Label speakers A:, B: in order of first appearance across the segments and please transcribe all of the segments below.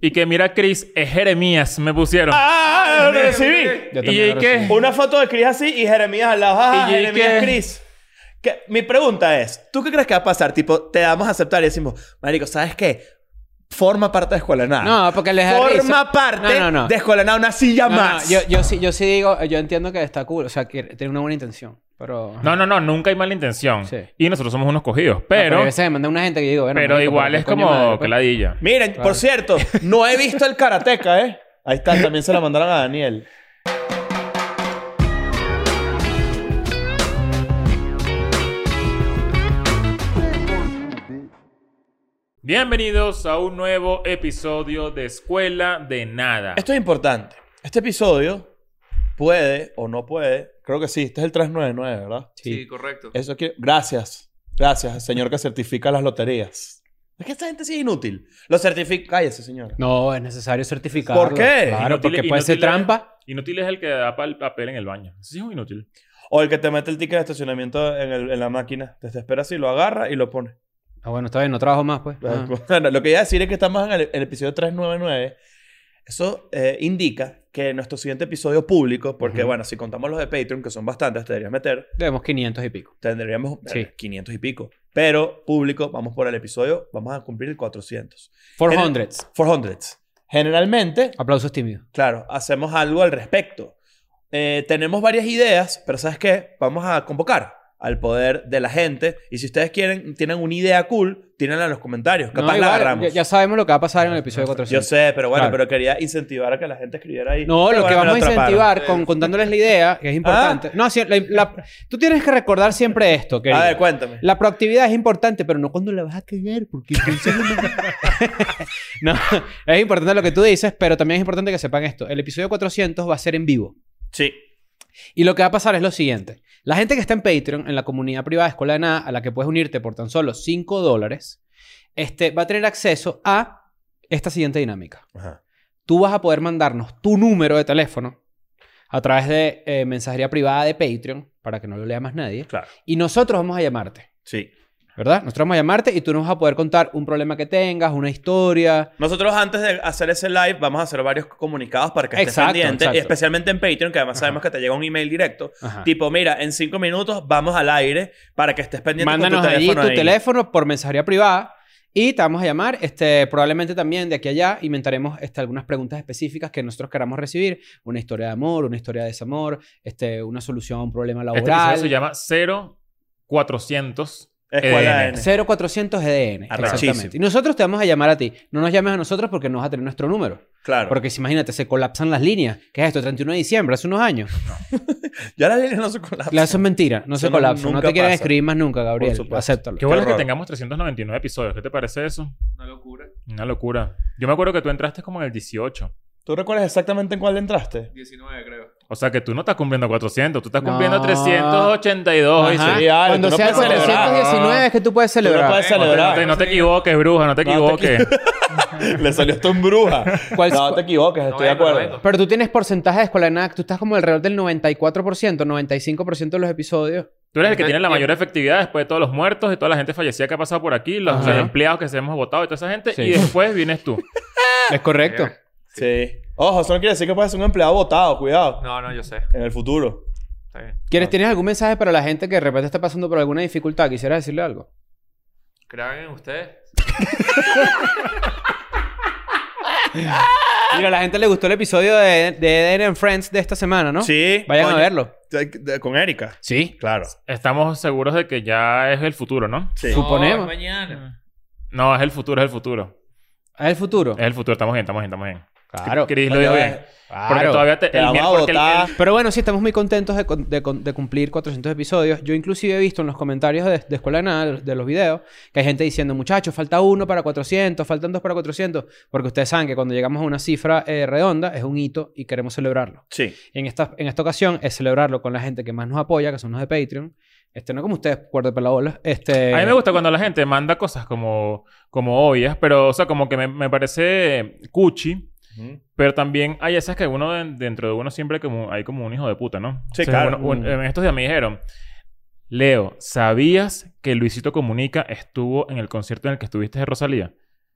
A: Y que mira, Chris, es Jeremías, me pusieron.
B: ¡Ah! Lo recibí.
C: Yo
A: y
C: también
A: yo
C: lo
A: que...
C: recibí.
B: Una foto de Chris así y Jeremías al lado. Ah,
A: Y yo, ¿y
B: Jeremías
A: qué?
B: Chris. Que- mi pregunta es, ¿tú qué crees que va a pasar? Tipo, te damos a aceptar y decimos, marico, ¿sabes qué? Forma parte de Escuela de Nada.
A: Ah.
C: No, porque les da
B: Forma
C: risa.
B: parte
C: No, no, no.
B: de Escuela de Nada, una silla
C: No, no,
B: más.
C: yo, yo sí, yo sí digo, yo entiendo que está cool. O sea, que tiene una buena intención. Pero.
A: No, no, no, nunca hay mala intención.
C: Sí.
A: Y nosotros somos unos cogidos.
C: a
A: Pero,
C: veces me manda una gente que yo digo, bueno,
A: pero
C: marico,
A: igual
C: ¿qué
A: es
C: coño
A: como
C: madre,
A: que
C: pues?
A: ladilla.
B: Miren, por cierto, no he visto el Karateka, ¿eh? Ahí está, también se la mandaron a Daniel.
A: Bienvenidos a un nuevo episodio de Escuela de Nada.
B: Esto es importante. Este episodio puede o no puede. Creo que sí. Este es el 399, ¿verdad?
D: Sí, correcto.
B: Eso quiere... Gracias. Gracias, señor que certifica las loterías. Es que esta gente sí es inútil. Lo certifica... Cállese, señora.
C: No, es necesario certificarlo.
B: ¿Por qué?
C: Claro,
A: Inútil-
C: porque puede
A: inútil
C: ser
A: es-
C: trampa.
A: Inútil es el que da pal- papel en el baño. Ese sí es un inútil.
B: O el que te mete el ticket de estacionamiento en, el- en la máquina. Te espera así, lo agarra y lo pone.
C: Ah, bueno, está bien, no trabajo más, pues. Ah.
B: Bueno, lo que iba a decir es que estamos en el, el episodio 399. Eso eh, indica que nuestro siguiente episodio público, porque
C: Ujú.
B: bueno, si contamos los de Patreon, que son bastantes, te deberías meter,
C: Debemos 500 y pico.
B: tendríamos
C: Sí.
B: eh, 500 y pico. Pero público, vamos por el episodio, vamos a cumplir el 400.
C: 400.
B: 400. Generalmente,
C: Aplausos tímidos.
B: claro, hacemos algo al respecto. Eh, tenemos varias ideas, pero ¿sabes qué? Vamos a convocar al poder de la gente. Y si ustedes quieren, tienen una idea cool, tírenla en los comentarios. Capaz
C: No,
B: la
C: igual,
B: agarramos.
C: Ya, ya sabemos lo que va a pasar en el episodio
B: Yo
C: 400.
B: sé, pero bueno,
C: Claro.
B: pero quería incentivar a que la gente escribiera ahí.
C: No,
B: Pero
C: lo que
B: bueno, me atraparon. Eh.
C: vamos a
B: Ah.
C: incentivar con contándoles la idea, que es importante. No, sí, la- la- tú tienes que recordar siempre esto, querido.
B: A ver, cuéntame.
C: La proactividad es importante, pero no cuando la vas a cagar, porque entonces no No, es importante lo que tú dices, pero también es importante que sepan esto. El episodio 400 va a ser en vivo.
B: Sí.
C: Y lo que va a pasar es lo siguiente. La gente que está en Patreon, en la comunidad privada de Escuela de Nada, a la que puedes unirte por tan solo 5 dólares, este, va a tener acceso a esta siguiente dinámica
B: Ajá.
C: tú vas a poder mandarnos tu número de teléfono a través de eh, mensajería privada de Patreon, para que no lo lea más nadie.
B: Claro.
C: Y nosotros vamos a llamarte,
B: Sí.
C: ¿verdad? Nosotros vamos a llamarte y tú nos vas a poder contar un problema que tengas, una historia.
B: Nosotros antes de hacer ese live vamos a hacer varios comunicados para que estés
C: Exacto,
B: pendiente,
C: exacto.
B: y especialmente en Patreon, que además
C: Ajá.
B: sabemos que te llega un email directo.
C: Ajá.
B: Tipo, mira, en cinco minutos vamos al aire para que estés pendiente
C: Mándanos
B: con tu
C: allí
B: teléfono.
C: tu
B: ahí.
C: teléfono por mensajería privada y te vamos a llamar. Este, probablemente también de aquí a allá inventaremos este, algunas preguntas específicas que nosotros queramos recibir. Una historia de amor, una historia de desamor, este, una solución a un problema
A: Este episodio se
C: laboral.
A: llama 0400.
B: Escuela
C: Eh,
A: EDN.
B: N.
C: 0400 EDN.
B: Arrachísimo.
C: E Exactamente. Y nosotros te vamos a llamar a ti. No nos llames a nosotros porque no vas a tener nuestro número.
B: Claro.
C: Porque si imagínate, se colapsan las líneas. ¿Qué es esto? 31 de diciembre, hace unos años.
B: Ya las líneas no se colapsan.
C: Claro, Eso es mentira. No
B: Eso
C: se
B: no-
C: colapsan. No
B: nunca
C: te quieren
B: pasa.
C: escribir más nunca, Gabriel.
B: Por supuesto.
C: Acéptalo.
A: Qué bueno
B: Qué
A: que
B: horror.
A: tengamos 399 episodios. ¿Qué te parece eso?
D: Una locura.
A: Una locura. Yo me acuerdo que tú entraste como en el 18.
B: ¿Tú recuerdas exactamente en cuál entraste?
D: 19, creo.
A: O sea que tú no estás cumpliendo 400, tú estás
C: No.
A: cumpliendo 382.
C: Ajá.
A: dice.
B: Sí, dale,
C: Cuando
B: "Ah, tú no
C: sea
B: puedes celebrar.
C: 419 es que tú puedes celebrar.
B: puedes
A: No te, no te- no te equivoques, bruja, no te
B: No te
A: equivoques.
B: Le salió esto en bruja.
C: ¿Cuál-
B: no te equivoques, estoy de
D: vengo, no
B: acuerdo.
D: vengo.
C: Pero tú tienes porcentaje de escuela de nada. Tú estás como alrededor del 94%, 95% de los episodios.
A: Tú eres el que tiene la mayor efectividad después de todos los muertos y toda la gente fallecida que ha pasado por aquí, los,
C: Ajá.
A: los empleados que se hemos votado y toda esa gente.
C: Sí.
A: Y después vienes tú.
C: Es correcto.
B: Sí. Ojo, eso no quiere decir que puedes ser un empleado votado, cuidado.
D: No, no, yo sé.
B: En el futuro.
D: Está bien.
C: ¿Quieres, ¿Tienes algún mensaje para la gente que de repente está pasando por alguna dificultad? Quisiera decirle algo?
D: Crean en ustedes.
C: Mira, a la gente le gustó el episodio de, de Eden and Friends de esta semana, ¿no?
B: Sí.
C: Vayan
B: coño.
C: a verlo.
B: Hay que- de- Con Erika.
C: Sí.
B: Claro.
A: Estamos seguros de que ya es el futuro, ¿no?
B: Sí.
C: Su- Suponemos.
D: No, es mañana.
A: No, es el futuro, es el futuro.
C: ¿Es el futuro?
A: Es el futuro, estamos bien, estamos bien, estamos bien.
C: Claro.
A: Chris lo
B: Oye,
A: dijo
B: oye,
A: bien. Porque todavía te,
B: Te
A: el
B: vamos a
A: miércoles- porque el-
B: votar.
A: el-
C: Pero bueno, sí, estamos muy contentos de, con- de con- de cumplir 400 episodios. Yo inclusive he visto en los comentarios de, de Escuela de Nada, de- de los videos, que hay gente diciendo, muchachos, falta uno para 400, faltan dos para 400, porque ustedes saben que cuando llegamos a una cifra eh, redonda es un hito y queremos celebrarlo.
B: Sí.
C: En esta, en esta ocasión es celebrarlo con la gente que más nos apoya, que son los de Patreon. Este, no como ustedes, cuerda de pelabolas. Este,
A: A mí me gusta cuando la gente manda cosas como, como obvias, pero, o sea, como que me, me parece cuchi. Pero también hay esas que uno de- dentro de uno siempre como, hay como un hijo de puta, ¿no?
B: Sí, claro.
A: uno- un- en estos días me dijeron, Leo, ¿sabías que Luisito Comunica estuvo en el concierto en el que estuviste de Rosalía?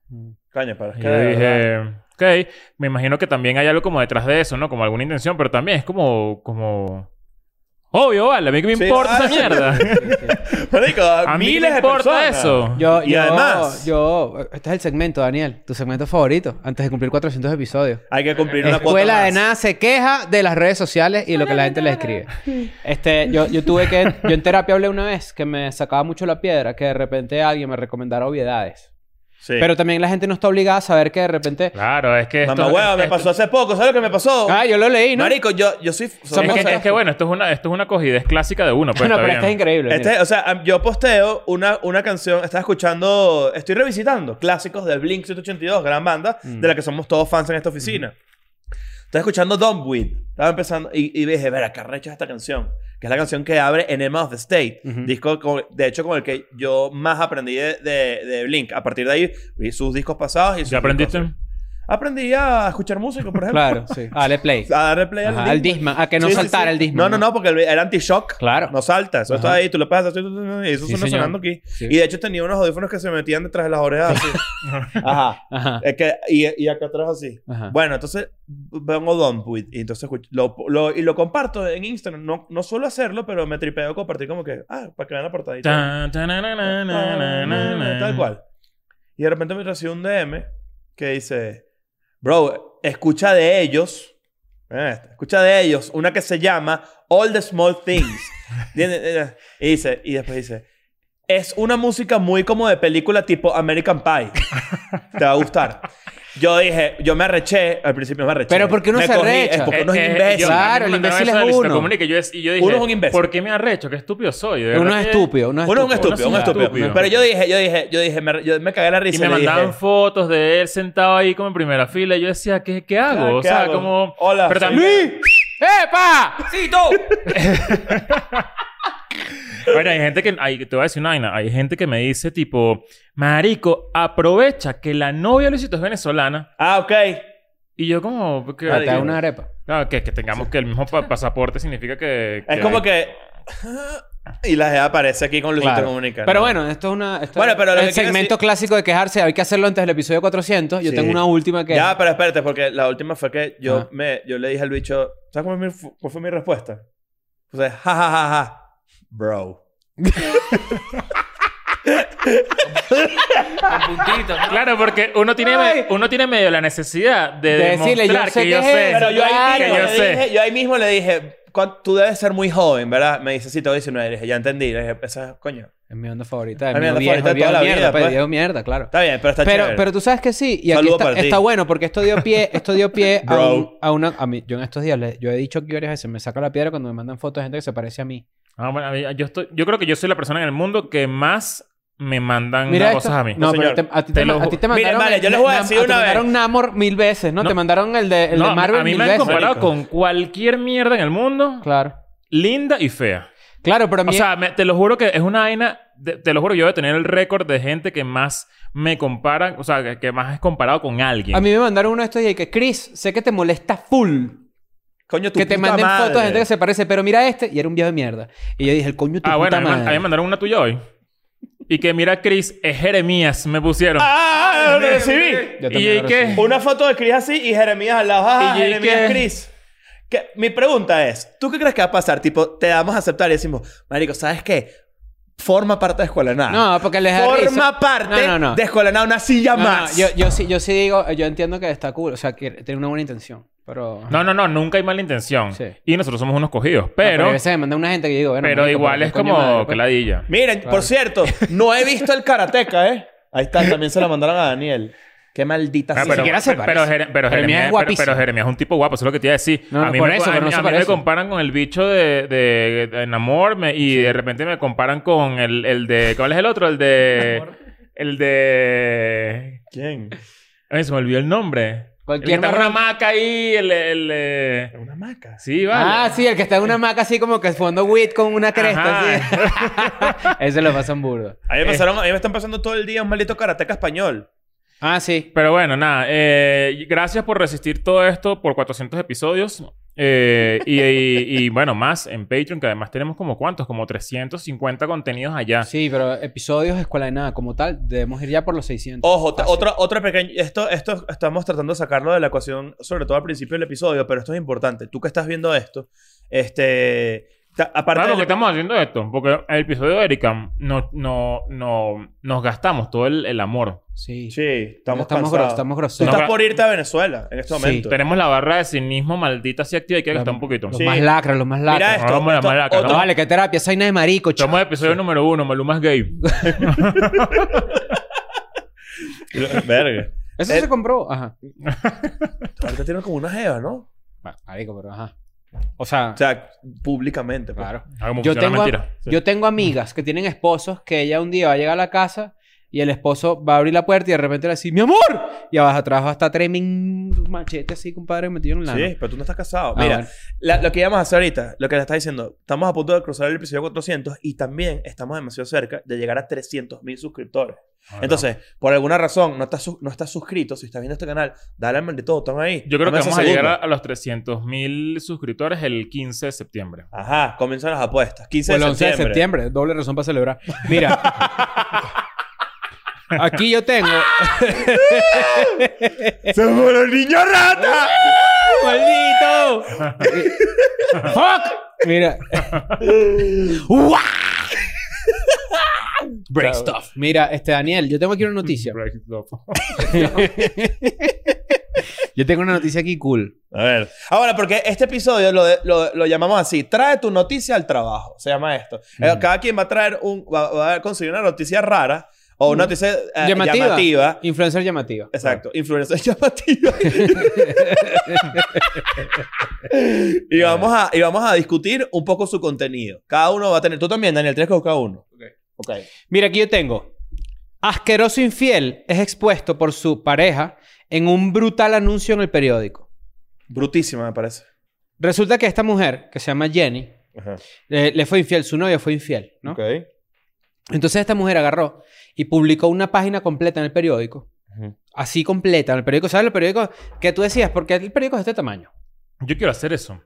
C: Mm.
B: Caño, pero es
A: Y
B: que
A: yo
B: de
A: dije,
B: verdad,
A: ok. Me imagino que también hay algo como detrás de eso, ¿no? Como alguna intención, pero también es como... como... Obvio, vale. A mí que me
B: Sí,
A: importa
B: vale.
A: esa mierda.
B: Marico, a,
A: A mí
B: miles
A: me
B: de
A: importa
B: personas.
A: eso.
C: este, Yo,
B: Y
C: yo-
B: además-
C: Yo, este es el segmento, Daniel. Tu segmento favorito. Antes de cumplir 400 episodios.
B: Hay que cumplir una cuota
C: Escuela de
B: más.
C: nada se queja de las redes sociales y lo que la gente le escribe. Este, yo, yo tuve que... Yo en terapia hablé una vez que me sacaba mucho la piedra que de repente alguien me recomendara obviedades.
B: Sí.
C: Pero también la gente no está obligada a saber que de repente...
A: Claro, es que esto...
B: Mamá hueva, me
A: esto-
B: pasó hace poco. ¿Sabes lo que me pasó?
C: Ah, yo lo leí, ¿no?
B: Marico, yo, yo soy...
A: Es
B: somos-
A: que, es que, bueno, esto es una, esto es una cogidez clásica de uno, pues, está
C: no, pero
A: bien.
C: este es increíble.
B: Este,
C: mira.
B: o sea, yo posteo una, una canción, estaba escuchando, estoy revisitando clásicos del Blink 182, gran banda, de la que somos todos fans en esta oficina. Estaba escuchando Dumbweed, estaba empezando y, y dije, ver, acá recha esta canción, que es la canción que abre Enema of the State,
C: Ujú.
B: disco con- de hecho con el que yo más aprendí de, de- de Blink. A partir de ahí vi sus discos pasados y sus
A: ¿Ya aprendiste?
B: discos- Aprendí a escuchar música, por ejemplo.
C: Claro, sí. Ah, le play.
B: A darle play al
C: Ajá, al
B: disco.
C: Disman. A que no
B: Sí, sí,
C: saltara
B: sí.
C: el Disman.
B: No, no, no, porque el- era anti-shock.
C: Claro.
B: No salta. Eso está
C: Ajá.
B: ahí, tú lo pasas. tu, tu, tu, tu, Y eso
C: Sí,
B: suena
C: señor.
B: sonando aquí.
C: Sí.
B: Y de hecho tenía unos audífonos que se metían detrás de las orejas así. Ajá.
C: Ajá.
B: Es que, y, y acá atrás así.
C: Ajá.
B: Bueno, entonces vengo Dumbweed y entonces escucho- lo, lo- y lo comparto en Instagram. No, no suelo hacerlo, pero me tripeo compartir como que, ah, para que vean la portadita.
A: Tan, tan, na, na, na, na, na, na.
B: Eh, Tal cual. Y de repente me recibo un DM que dice, bro, escucha de ellos, eh, esta, escucha de ellos una que se llama All the Small Things. Tiene- eh, y dice, y después dice, es una música muy como de película tipo American Pie. Te va a gustar. Yo dije, yo me arreché, al principio me arreché.
C: Pero ¿por qué uno
B: Me
C: se arrecha?
B: Es porque uno
A: Eh,
B: es
A: eh,
B: imbécil.
A: yo-
C: Claro,
A: a mí me
C: el
A: mandaron
C: imbécil
A: eso
C: es
A: de Listo
C: uno.
A: Comunica, y yo, y yo dije,
B: Uno es un imbécil.
A: ¿por qué me arrecho? ¿Qué estúpido soy? De verdad
C: Uno es
A: que-
C: estúpido. Uno es
B: Uno es eh, un
A: estúpido,
B: estúpido, uno es
A: uno es
B: estúpido.
A: estúpido.
B: Pero yo dije, yo dije, yo dije, me, yo me cagué la risa.
A: Y me
B: le dije,
A: mandaban fotos de él sentado ahí como en primera fila. Y yo decía, ¿qué, qué hago?
B: Ah,
A: o
B: ¿qué
A: sea,
B: hago?
A: como...
B: Hola,
A: Pero
B: soy-
A: también...
C: ¡Epa!
D: ¡Sí, tú!
A: Bueno, hay gente que... hay- te voy a decir una vaina. Hay gente que me dice tipo... Marico, aprovecha que la novia de Luisito es venezolana.
B: Ah, ok.
A: Y yo como... porque-
C: Ah, te da
A: Claro,
C: una arepa.
A: que, que tengamos que el mismo pa- pasaporte significa que...
B: Es como que... Y la jeva aparece aquí con Luisito
C: Claro.
B: Comunica. ¿no?
C: Pero bueno, esto es una. esto
B: Bueno, pero lo
C: es
B: que
C: el
B: quiero
C: segmento clásico de quejarse. Hay que hacerlo antes del episodio 400. Yo
B: Sí.
C: tengo una última que.
B: Ya, pero espérate, porque la última fue que yo,
C: Ajá.
B: me, yo le dije al bicho, ¿sabes cuál, es mi- cuál fue mi respuesta? O sea, ja, ja, ja, ja, bro.
D: Con
A: Ah.
D: puntitos, ¿no?
A: Claro, porque uno tiene, me-
C: Ay.
A: uno tiene medio la necesidad de,
C: De decirle,
A: demostrar
C: yo sé
A: que
C: que
A: yo
C: es
A: sé.
C: él.
B: Pero yo ahí,
A: Claro.
B: mismo
A: Que yo
B: le
A: sé.
B: dije, yo ahí mismo le dije, "Cu- tú debes ser muy joven, ¿verdad? Me dice, sí, tengo 19. Le dije, ya entendí. Le dije, esa es- coño.
C: Es mi onda favorita. Es
B: Es
C: mi
B: mi onda
C: onda viejo,
B: favorita de
C: viejo
B: toda la
C: mierda,
B: vida,
C: pues,
B: pues.
C: viejo mierda, claro.
B: Está bien, pero está
C: pero,
B: chévere.
C: pero tú sabes que sí. Y aquí
B: Saludo
C: está,
B: para ti.
C: está bueno porque esto dio pie, esto dio pie a,
B: Bro.
C: un- a una. A mí, yo en estos días, le- yo he dicho aquí varias veces, me saca la piedra cuando me mandan fotos de gente que se parece a mí.
A: Ah, bueno, a mí- yo, estoy- yo creo que yo soy la persona en el mundo que más me mandan
C: Mira esto.
A: cosas a mí.
C: No,
B: No,
C: pero
B: señor.
C: te- a, ti te,
A: Te lo
C: ma- a ti te
B: ju- Miren,
C: mandaron.
B: vale,
C: el-
B: yo les voy a
C: Nam-
B: decir
C: ti
B: una
C: Te
B: vez.
C: mandaron Namor mil veces, ¿no?
A: No.
C: Te mandaron el de, el
A: No,
C: de Marvel
A: a mí
C: mil
A: me han
C: veces.
A: comparado
B: Marico.
A: con cualquier mierda en el mundo,
C: Claro.
A: linda y fea.
C: Claro, pero a mí.
A: O sea, me- te lo juro que es una vaina. de- te lo juro, yo voy a tener el récord de gente que más me comparan, o sea, que, que más es comparado con alguien.
C: a mí me mandaron uno de estos y que Chris, sé que te molesta full
B: coño, tu
C: que te
B: puta
C: manden
B: madre.
C: fotos de gente que se parece, pero mira este, y era un viejo de mierda. Y yo dije, el coño, tu
A: ah, bueno,
C: puta
A: a mí, me- a mí
C: madre.
A: me mandaron una tuya hoy. Y que mira, Chris, es Jeremías, me pusieron.
B: ¡Ah! Lo recibí.
C: Yo
A: y
C: también lo
A: que.
C: recibí.
B: Una foto de Chris así y Jeremías al lado. Ah,
A: Y yo, ¿y
B: Jeremías
A: qué?
B: Chris. Que- mi pregunta es, ¿tú qué crees que va a pasar? Tipo, te damos a aceptar y decimos, marico, ¿sabes qué? Forma parte de Escuela de Nada.
C: No, porque les da
B: Forma
C: risa.
B: parte
C: No, no, no.
B: de Escuela de Nada, una silla
C: No, no,
B: más.
C: yo, yo sí, yo sí digo, yo entiendo que está cool, o sea, que tiene una buena intención, pero. No,
A: No, no, no, nunca hay mala intención.
C: Sí.
A: Y nosotros somos unos cogidos.
C: pero
A: Pero,
C: a veces me manda una gente que yo digo, bueno,
A: pero
C: marico,
A: igual
C: ¿qué
A: es
C: coño
A: como
C: madre,
A: que
C: pues?
A: ladilla.
B: Miren, por cierto, no he visto el Karateka, ¿eh? Ahí está, también se la mandaron a Daniel. Qué maldita
A: Ah,
B: sea.
A: pero,
C: siquiera se
A: pero-
C: parece.
A: pero Jere- pero
C: Jeremías es
A: Jeremías, pero,
C: guapísimo.
A: pero Jeremías es un tipo guapo, eso es lo que te iba a decir.
C: No, no,
A: a mí,
C: por
A: me,
C: eso,
A: a
C: pero
A: mí-
C: no se
A: a mí me
C: parece.
A: comparan con el bicho de, de, de Namor me- y de repente me comparan con el, el de. ¿Cuál es el otro? El de. el de.
B: ¿Quién?
A: Ay, se me olvidó el nombre.
C: Cualquier
A: el que está en una
C: marrón.
A: maca ahí, el. el, eh,
B: Una maca.
A: Sí, vale.
C: Ah, sí, el que está en una maca así como que fondo wit con una cresta.
A: Ajá.
C: Así. Eso lo pasan burdo.
B: A mí, me pasaron- a mí me están pasando todo el día un maldito Karateka español.
C: Ah, sí.
A: Pero bueno, nada. eh, gracias por resistir todo esto por 400 episodios. Eh, y, y- y, bueno, más en Patreon, que además tenemos como cuántos, como 350 contenidos allá.
C: Sí, pero episodios de Escuela de Nada como tal, debemos ir ya por los 600.
A: Oh,
B: Ojo, te-
C: Fácil.
B: otra, otra pequeña. Esto, esto estamos tratando de sacarlo de la ecuación, sobre todo al principio del episodio, pero esto es importante. Tú que estás viendo esto, este. ta- aparte.
A: Claro,
B: del-
A: porque estamos haciendo esto, porque el episodio de Erika no, no, no, nos gastamos todo el, el amor.
C: Sí.
B: Sí, estamos,
C: estamos
B: cansados.
C: gros- estamos
B: Tú
C: groseros.
B: estás
A: No,
B: por irte a Venezuela en este
C: Sí.
B: momento.
A: Tenemos la barra de cinismo maldita así activa y hay que gastar un poquito.
C: Los
B: Sí.
C: más lacras, los más
B: Mira
C: lacras.
B: esto.
A: No, vamos a la
B: esto-
A: maraca,
B: otro-
C: No, vale, qué terapia, esa vaina de marico, chaval.
A: Somos episodio número uno, Maluma es gay.
B: Verga.
C: Eso
B: Eh,
C: se compró. Ajá.
B: Ahorita tienen como una jeva, ¿no?
C: Ma- Marico, pero ajá. O sea,
B: O sea, públicamente. pues.
C: claro.
A: Ah, como
C: Yo
A: funciona la
C: tengo, a-
A: mentira.
C: yo tengo amigas que tienen esposos que ella un día va a llegar a la casa y el esposo va a abrir la puerta y de repente le va a decir, ¡Mi amor! Y abajo atrás va a estar tremendo machete así, compadre, metido en un lano.
B: Sí, pero tú no estás casado.
C: Ah,
B: Mira,
C: bueno.
B: la- lo que íbamos a hacer ahorita, lo que le estás diciendo, estamos a punto de cruzar el episodio 400 y también estamos demasiado cerca de llegar a 300 mil suscriptores.
A: Ah, no.
B: Entonces, por alguna razón, no estás, su- no estás suscrito, si estás viendo este canal, dale al maldito botón ahí.
A: Yo creo que
B: Dame ese
A: vamos a llegar a,
B: segundo.
A: a los 300.000 suscriptores el 15 de septiembre.
B: Ajá, comienzan las apuestas. 15
C: O el
B: de
C: 11 de
B: septiembre.
C: septiembre, doble razón para celebrar. Mira. Aquí yo tengo.
B: ¡Somos los niños rata!
C: ¡Maldito! ¡Fuck! Mira. ¡Guau!
A: Break stuff.
C: Mira, este Daniel, yo tengo aquí una noticia.
A: Break stuff.
C: Yo tengo una noticia aquí cool.
B: A ver. Ahora, porque este episodio lo, de- lo, lo llamamos así: trae tu noticia al trabajo. Se llama esto.
A: Mm.
B: Eh, Cada quien va a traer un. Va, va a conseguir una noticia rara o una noticia eh,
C: Llamativa.
B: llamativa.
C: Influencer llamativa.
B: Exacto, influencer llamativa. y, vamos a, y vamos a discutir un poco su contenido. Cada uno va a tener. Tú también, Daniel, tienes que buscar uno.
D: Ok.
B: Ok.
C: Mira, aquí yo tengo. Asqueroso infiel es expuesto por su pareja en un brutal anuncio en el periódico.
B: Brutísima, me parece.
C: Resulta que esta mujer, que se llama Jenny, eh,
B: Ajá.
C: le, le fue infiel, su novio fue infiel, ¿no?
B: Ok.
C: Entonces esta mujer agarró y publicó una página completa en el periódico.
B: Ujú.
C: Así completa en el periódico. ¿Sabes el periódico que tú decías? Porque el periódico es de este tamaño.
A: Yo quiero hacer eso.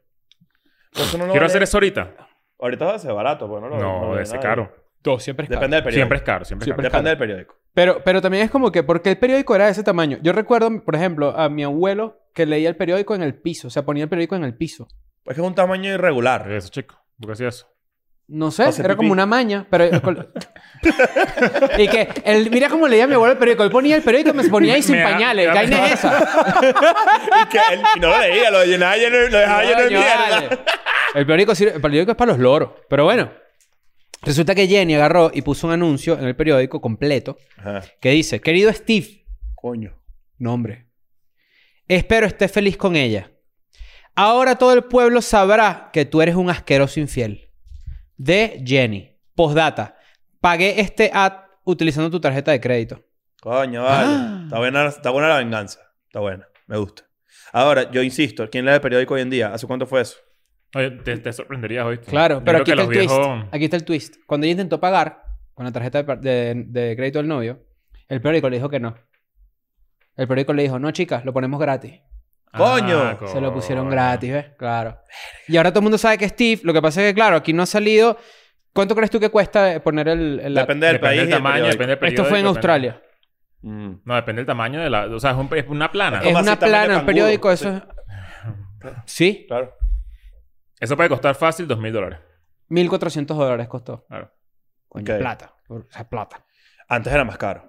B: Pues uno no
A: quiero
B: vale-
A: hacer eso ahorita.
B: Ahorita va a ser barato, pues no lo
A: No,
B: vale
A: ese
B: nadie.
A: caro.
C: Todo siempre es
B: Depende del periódico.
A: Siempre es caro, siempre es
C: Siempre
A: caro.
C: es caro.
B: Depende del periódico.
C: Pero, pero también es como que, porque el periódico era de ese tamaño? Yo recuerdo, por ejemplo, a mi abuelo que leía el periódico en el piso. O sea, ponía el periódico en el piso.
B: Es que es un tamaño irregular.
A: Eso, chico. ¿Por qué hacía eso?
C: No sé,
B: Para hacer
C: era
B: pipí.
C: como una maña, pero... y que, él, mira cómo leía mi abuelo el periódico. Él ponía el periódico y me ponía ahí sin
A: Me da-
C: pañales.
A: me
C: ¿Qué
A: da-
C: vaina es esa?
B: y que él y no lo leía, lo llenaba lleno, lo dejaba lleno de
C: Coño,
B: mierda.
C: vale. El periódico, sirve- el periódico es para los loros. Pero bueno, resulta que Jenny agarró y puso un anuncio en el periódico completo
B: Ajá.
C: que dice, querido Steve,
B: Coño.
C: nombre, espero estés feliz con ella. Ahora todo el pueblo sabrá que tú eres un asqueroso infiel. De Jenny. Postdata. Pagué este ad utilizando tu tarjeta de crédito.
B: Coño, vale.
C: Ah.
B: Está, buena, está buena la venganza. Está buena. Me gusta. Ahora, yo insisto, ¿quién lee el periódico hoy en día? ¿Hace cuánto fue eso?
A: Oye, te, te sorprenderías hoy.
C: Claro,
A: Yo creo
C: pero aquí
A: que
C: está el
A: los viejos-
C: twist. Aquí está el twist. Cuando ella intentó pagar con la tarjeta de, par- de- de crédito del novio, el periódico le dijo que no. El periódico le dijo, no, chicas, lo ponemos gratis.
A: Ah,
B: ¡Coño!
A: coño.
C: Se lo pusieron gratis, ¿ves? Claro. Y ahora todo el mundo sabe que Steve, lo que pasa es que, claro, aquí no ha salido. ¿Cuánto crees tú que cuesta eh, poner el. el ad?
B: Depende del
A: Depende
B: país. y
A: del
B: del
A: tamaño,
B: periódico.
A: depende del periódico.
C: Esto fue en
A: depende-
C: Australia.
B: Mm.
A: No, depende del tamaño de la... O sea, es, un- es una plana.
C: Es
B: Como
C: una
B: así tamaño
C: plana, un
B: canguro,
C: periódico,
B: sí.
C: eso es. Sí,
B: Claro.
A: Eso puede costar fácil 2.000 dólares.
C: 1.400 dólares costó.
A: Claro.
C: Coño,
B: Ok.
C: plata. O sea, plata.
B: Antes era más caro.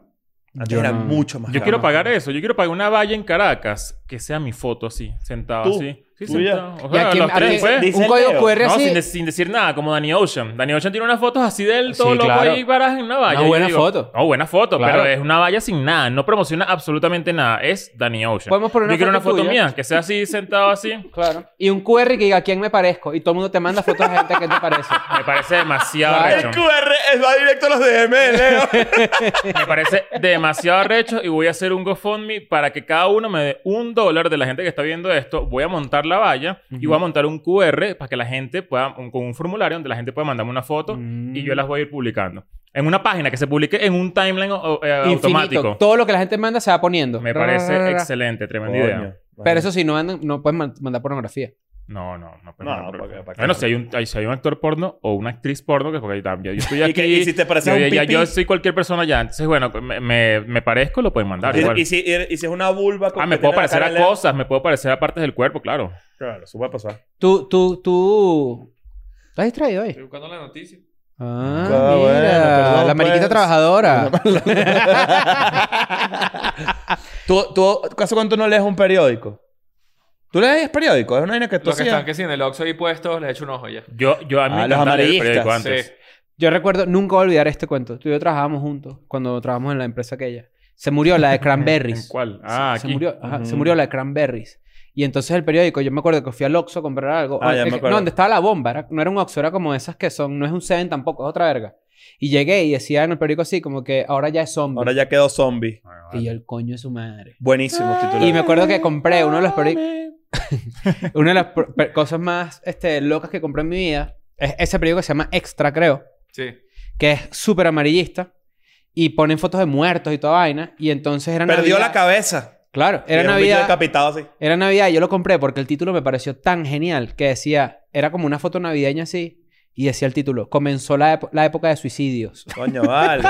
B: Antes
C: Yo
B: era
C: no-
B: mucho más
A: Yo
B: caro.
A: quiero pagar eso. Yo quiero pagar una valla en Caracas que sea mi foto así, sentado
B: Tú,
A: así. Sí,
B: tuya.
A: sentado. O
C: Y
A: sea,
C: aquí-
A: los tres,
C: aquí-
A: pues.
B: Dice
C: un
B: el
C: código
B: Leo.
C: QR
A: No,
C: así.
A: sin, de- sin decir nada, como Danny Ocean. Danny Ocean tiene unas fotos así de él, todo
C: Sí,
A: loco
C: claro.
A: ahí varas en una valla.
C: Una
A: Y yo
C: buena
A: digo,
C: foto.
A: No, buena foto,
C: Claro.
A: pero es una valla sin nada. No promociona absolutamente nada. Es Danny Ocean.
C: Podemos poner
A: Yo
C: una
A: quiero una
C: foto
A: foto
C: tuya.
A: mía, que sea así, sentado así.
C: Claro. Y un QR que diga a quién me parezco. Y todo el mundo te manda fotos de gente que te parece.
A: Me parece demasiado
C: Claro.
B: El
A: arrecho.
B: QR es- va directo a los DM, Leo.
A: Me parece demasiado arrecho y voy a hacer un GoFundMe para que cada uno me dé un dólar de la gente que está viendo esto. Voy a montar la valla y voy a montar un QR para que la gente pueda, un- con un formulario donde la gente pueda mandarme una foto
C: Mm.
A: y
B: Mm.
A: yo las voy a ir publicando. En una página que se publique en un timeline o- eh, automático.
C: Todo lo que la gente manda se va poniendo.
A: Me
C: Ra, ra, ra,
A: parece
C: ra, ra.
A: excelente, tremenda idea.
B: Coño.
C: Pero eso sí, no, mandan- no puedes man- mandar pornografía.
A: No, no, no.
B: No,
A: no,
B: porque- para que-
A: bueno, si hay, un, hay- si hay un actor porno o una actriz porno, que porque también yo estoy
B: Y,
A: aquí.
B: que, y si te pareces
A: yo,
B: un
A: ya-
B: pipí.
A: yo soy cualquier persona ya. Entonces, bueno, me, me- me parezco, lo pueden mandar.
B: y-
A: igual.
B: y, si, y- y si es una vulva con
A: ah,
B: que
A: me
B: tiene
A: puedo
B: la
A: parecer
B: cara
A: a
B: leve.
A: cosas, me puedo parecer a partes del cuerpo, claro.
B: Claro, eso puede pasar.
C: Tú, tú, tú... ¿Estás distraído hoy?
D: Estoy buscando la noticia.
C: Ah,
B: Ah,
C: mira.
B: bueno, perdón,
C: la mariquita
B: pues.
C: trabajadora.
B: ¿Tú, tú, ¿Hace cuánto no lees un periódico? ¿Tú lees periódico? Es una vaina que tú
D: Los que
B: hacías.
D: están que sí en el Oxxo ahí puestos, les echo un ojo ya.
A: Yo, yo a mí
B: Ah,
A: me encantaba
B: los
A: leer el
B: amarillistas.
A: periódico antes.
D: Sí.
C: Yo recuerdo, nunca voy a olvidar este cuento. Tú y yo trabajábamos juntos cuando trabajamos en la empresa aquella. Se murió la de
A: ¿En
C: Cranberries.
A: cuál? Ah,
C: se,
A: aquí.
C: se murió, ajá, se
B: Ujú.
C: murió la de Cranberries. Y entonces el periódico, yo me acuerdo que fui al Oxxo a comprar algo.
B: Ah, ya
C: Es
B: me
C: que-
B: acuerdo.
C: no, donde estaba la bomba. era- no era un Oxxo, era como esas que son. No es un Seven tampoco, es otra verga. Y llegué y decía en el periódico así, como que ahora ya es zombie.
B: Ahora ya quedó zombie.
A: Bueno,
C: Y
A: vale.
C: yo, el coño de su madre.
B: Buenísimo
A: Ah.
B: titular.
C: Y me acuerdo que compré uno de los periódicos. Una de las pr- pr- cosas más este, locas que compré en mi vida es ese periódico que se llama Extra, creo.
D: Sí.
C: que es súper amarillista y ponen fotos de muertos y toda vaina y entonces era
B: Perdió la
C: Navidad.
B: cabeza.
C: Claro,
B: Y
C: era
B: un bicho
C: Navidad.
B: decapitado así.
C: Era Navidad y yo lo compré porque el título me pareció tan genial que decía, era como una foto navideña así y decía el título, comenzó la, epo- la época de suicidios.
B: Coño, vale.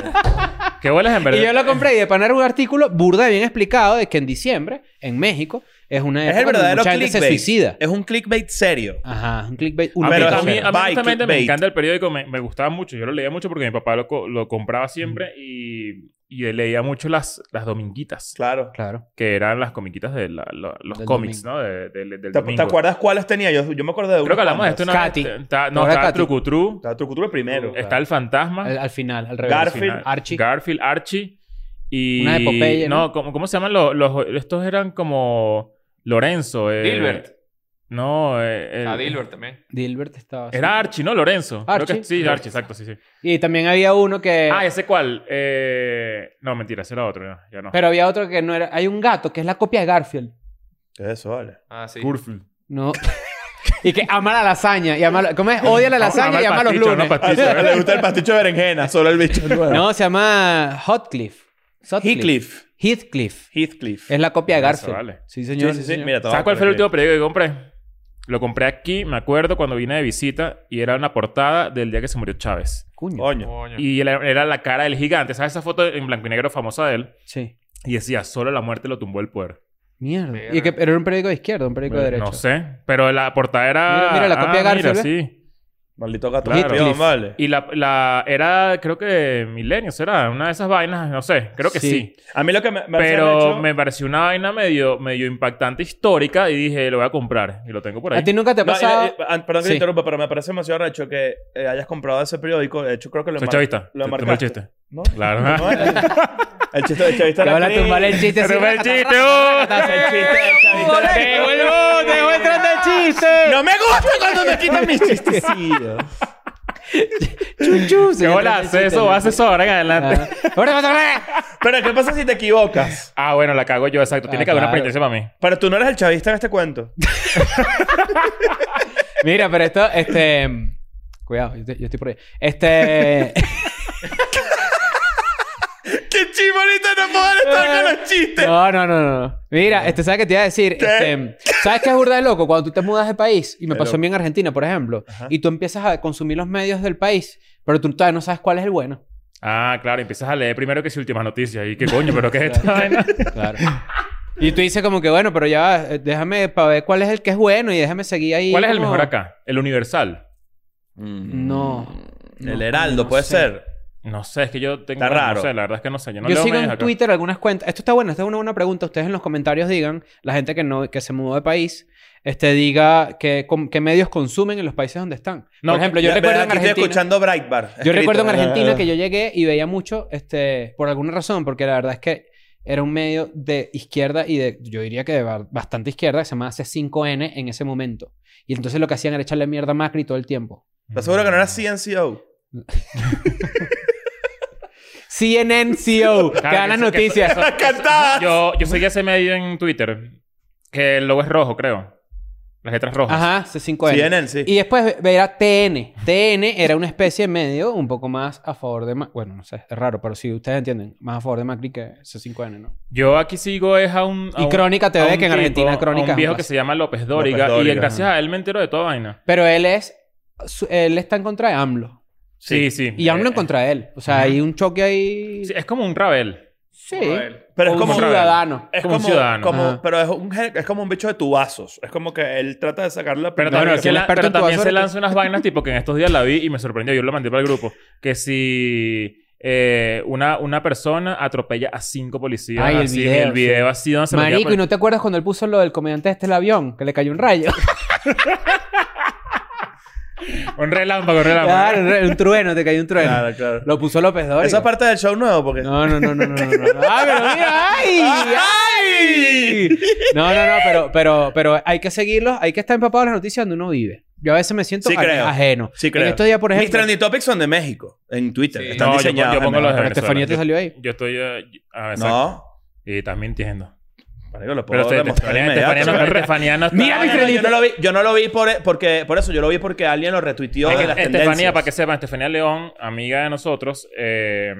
A: ¿Qué bolas en verdad?
C: Y yo lo compré y de pan era un artículo burda de bien explicado de que en diciembre, en México, es una
B: es
C: época
B: el
C: donde
B: verdadero
C: mucha gente
B: clickbait.
C: se suicida.
B: Es un clickbait serio.
C: Ajá, un clickbait.
A: A
C: uno
A: mí,
B: Pero
A: Ah, a mí-
B: es
A: a mí
B: bait,
A: justamente me
B: clickbait.
A: encanta el periódico, me, me gustaba mucho. Yo lo leía mucho porque mi papá lo, co- lo compraba siempre y, y leía mucho las, las dominguitas,
B: Claro.
C: Claro.
A: que eran las comiquitas de la- lo- los
C: Del
A: cómics, ¿no? De- de- del
B: ¿Te,
A: domingo.
B: te acuerdas cuáles tenía? Yo, yo me acuerdo de uno.
A: Creo que hablamos de esto una
C: Katy.
A: vez. Está, no,
C: Ahora
A: está
C: Katy.
A: Trucutru,
B: Está tu cultura primero.
A: está El Fantasma,
C: Al, al final, al revés.
A: al
B: Garfield.
A: final.
C: Archie.
A: Garfield, Archie y...
C: Una de Popeye,
A: No,
C: ¿no?
A: ¿cómo, cómo se llaman los, los- Estos eran como... Lorenzo. eh,
D: Dilbert.
A: No, eh, el-
D: A Dilbert también.
C: Dilbert estaba... así.
A: Era Archie, ¿no? Lorenzo. Creo que-
C: Archie.
A: sí, Archie, exacto, sí, sí.
C: Y también había uno que...
A: Ah, ese cuál. Eh... No, mentira, ese era otro. no, Ya no.
C: Pero había otro que no era. Hay un gato que es la copia de Garfield.
B: ¿Qué es eso, vale?
D: Ah, sí.
A: Garfield.
C: No. y que ama la lasaña. Y ama la- ¿Cómo es? Odia la lasaña y ama los lunes.
B: Ah, sí, le gusta el pasticho de berenjena, solo el bicho nuevo.
C: No, se llama Hotcliffe. Sutcliffe.
B: Heathcliff.
C: Heathcliff.
B: Heathcliff.
C: Es la copia de
A: Eso
C: Garfield.
A: vale.
C: Sí,
B: Sí,
C: señor.
B: sí,
C: sí,
B: sí.
C: señor.
B: Mira, te voy a
A: ¿Sabes cuál fue el
B: poner
A: último periódico que compré? Lo compré aquí, me acuerdo, cuando vine de visita y era una portada del día que se murió Chávez.
C: Cuño.
B: aquí. Coño.
D: Coño.
A: Y era, era la cara del gigante. ¿Sabes esa foto en blanco y negro famosa de él?
C: Sí.
A: Y decía, solo la muerte lo tumbó el poder.
C: Mierda.
D: Verga.
C: Y que, pero era un periódico de izquierda, un periódico de derecha.
A: No sé, pero la portada era...
C: Mira, mira, la copia de
A: Ah, mira,
C: Garfield,
A: sí.
B: Maldito gato.
A: Claro.
B: campeón, vale.
A: Y la, la... Era, creo que Milenio, ¿será? Una de esas vainas, no sé. Creo que
C: Sí.
A: sí.
B: A mí lo que me, me
A: Pero
B: hacía hecho-
A: me pareció una vaina medio, medio impactante histórica y dije, lo voy a comprar. Y lo tengo por ahí. eh,
C: ¿A ti nunca te ha
B: No,
C: pasado?
B: y- y- an- perdón que
C: Sí.
B: te interrumpa, pero me parece demasiado arrecho que eh, hayas comprado ese periódico. De hecho, creo que lo
A: Soy
B: mar-
A: chavista. Te-
B: Lo
A: te
B: marcaste.
A: tomé el chiste.
B: ¿No?
A: Claro.
B: No, el, el chiste de chavista.
C: Te
B: era
C: van a
B: clean.
C: tumbar el chiste.
A: Te
C: así,
A: tomé el
C: racata,
A: chiste,
B: ¡Uh!
C: racata,
A: vos.
C: racata,
B: El chiste de chavista era
C: ¡Te
B: clean.
C: vuelvo! ¡Te vuelvo el chiste!
B: No me gusta cuando me quitan mis chistecillos.
C: ¡Chuchu!
A: ¿Qué
C: señor,
A: bola?
C: el
A: Hace
C: chiste,
A: eso,
C: ¿no?
A: hace eso ahora en adelante.
C: Ah. Ahora vas a-
B: Pero, ¿qué pasa si te equivocas?
A: Ah, bueno, la cago yo, exacto. Tiene
C: Ah,
A: que haber una
C: claro.
A: penitencia para mí.
B: Pero tú no eres el chavista en este cuento.
C: Mira, pero esto, este. Cuidado, yo, te- yo estoy por ahí. Este.
B: ¡Qué chibolita no puedo estar con los chistes!
C: no, no, no, no, no. Mira, este, ¿sabes qué te iba a decir? Este, ¿Sabes qué es burda de loco? Cuando tú te mudas de país, y me
B: De
C: pasó a
B: loco.
C: mí en Argentina, por ejemplo,
B: Ajá.
C: y tú empiezas a consumir los medios del país, pero tú todavía no sabes cuál es el bueno.
A: Ah, claro. Empiezas a leer primero que si últimas noticias. Y qué coño, pero qué es esta vaina.
C: Claro. Y tú dices como que, bueno, pero ya, va, eh, déjame para ver cuál es el que es bueno y déjame seguir ahí.
A: ¿Cuál es el
C: como-
A: mejor acá? ¿El universal?
C: No.
B: El
C: No,
B: Heraldo,
C: no
B: puede
C: sé.
B: ser.
A: No sé, es que yo tengo...
B: Está raro.
A: No sé, la verdad es que no sé. Yo no
C: Yo
A: leo
C: sigo
A: medios
C: en
A: acá.
C: Twitter algunas cuentas. Esto está bueno, esta es una buena pregunta. Ustedes en los comentarios digan, la gente que no, que se mudó de país, este diga qué com- qué medios consumen en los países donde están.
A: No,
C: Por ejemplo, yo
B: Ya,
C: recuerdo
B: pero
C: en
B: aquí estoy
C: Argentina.
B: escuchando Breitbart.
C: Yo recuerdo en Argentina
A: eh,
C: que yo llegué y veía mucho, este, por alguna razón, porque la verdad es que era un medio de izquierda y de, yo diría que de ba- bastante izquierda, que se llamaba C5N en ese momento. Y entonces lo que hacían era echarle mierda a Macri todo el tiempo.
B: ¿Estás seguro que no era CNCO?
C: CNNCO, que
A: Claro, que
C: dan las
A: sí, que-
C: noticias.
B: ¡Encantada!
A: Yo, yo seguí ese medio en Twitter. Que el logo es rojo, creo. Las letras rojas.
C: Ajá, C5N.
B: CNN, sí.
C: Y después ve- verá TN. TN era una especie de medio un poco más a favor de... Ma- Bueno, no sé, es raro, pero sí, ustedes entienden. Más a favor de Macri que C5N, ¿no?
A: Yo aquí sigo es a un... a
C: Y
A: un-
C: Crónica TV,
A: a un
C: que en Argentina
A: a un
C: Crónica es un
A: viejo que
C: clásico.
A: se llama López Dóriga.
B: López
A: y
B: Dóriga,
A: gracias
B: ajá.
A: a él me entero de toda vaina.
C: Pero él es... su- él está en contra de AMLO.
A: Sí, sí.
C: Y AMLO
A: Eh,
C: en contra de él. O sea,
A: ajá.
C: hay un choque ahí...
A: sí, Es como un Ravel.
C: Sí.
D: Joder.
B: Pero es
C: Como
B: como,
A: un ciudadano.
C: ciudadano.
B: es
A: como un
B: como,
A: ciudadano.
B: como-
C: Ajá.
B: pero es un, gen- es como un bicho de tubazos. Es como que él trata de sacarle la
A: Pero
B: primera
A: también,
C: pero si
A: se,
B: que-
C: el
A: la-
C: experto
A: pero
C: en tu
A: también se
C: basura-
A: lanza unas vainas tipo que en estos días la vi y me sorprendió. Yo lo mandé para el grupo. Que si eh, una, una persona atropella a cinco policías.
C: Ay, el
A: así,
C: video,
A: el video así donde se lo lleva pues.
C: Marico,
A: por-
C: ¿y no te acuerdas cuando él puso lo del comediante este el avión? Que le cayó un rayo.
A: Un relámpago, un relámpago.
C: claro, un ra- un trueno, te cayó un trueno.
B: Claro, claro.
C: Lo puso López Dóriga.
B: Esa parte del show nuevo, porque.
C: No, no, no, no, no, no, no. no. ¡Ah, pero mira! ¡Ay! ¡Ay! No, no, no, pero, pero, pero hay que seguirlos, hay que estar empapado de las noticias donde uno vive. Yo a veces me siento
B: Sí,
C: a-
B: creo.
C: ajeno.
B: Sí, creo.
C: En estos días, por
B: Mis
C: ejemplo.
B: trending topics son de México, en Twitter.
D: Sí.
B: Están
A: No, yo pon-
B: diseñados.
A: yo
B: en
A: pongo los de
B: México.
C: Pero Estefanía te salió ahí.
A: Yo estoy... eh, a ver, exacto.
B: No,
A: Y estás mintiendo.
B: para que lo
A: Pero
B: puedo
A: este-
B: demostrar
A: Estefanía,
B: inmediato.
A: Estefanía no, Estefanía no está-
C: Mira,
B: No,
C: mi
B: no, no, yo no lo vi, yo no lo vi por, porque, por eso, yo lo vi porque alguien lo retuiteó
A: Es
B: de
A: que
B: las
A: Estefanía,
B: tendencias.
A: para que sepan, Estefanía León, amiga de nosotros, eh,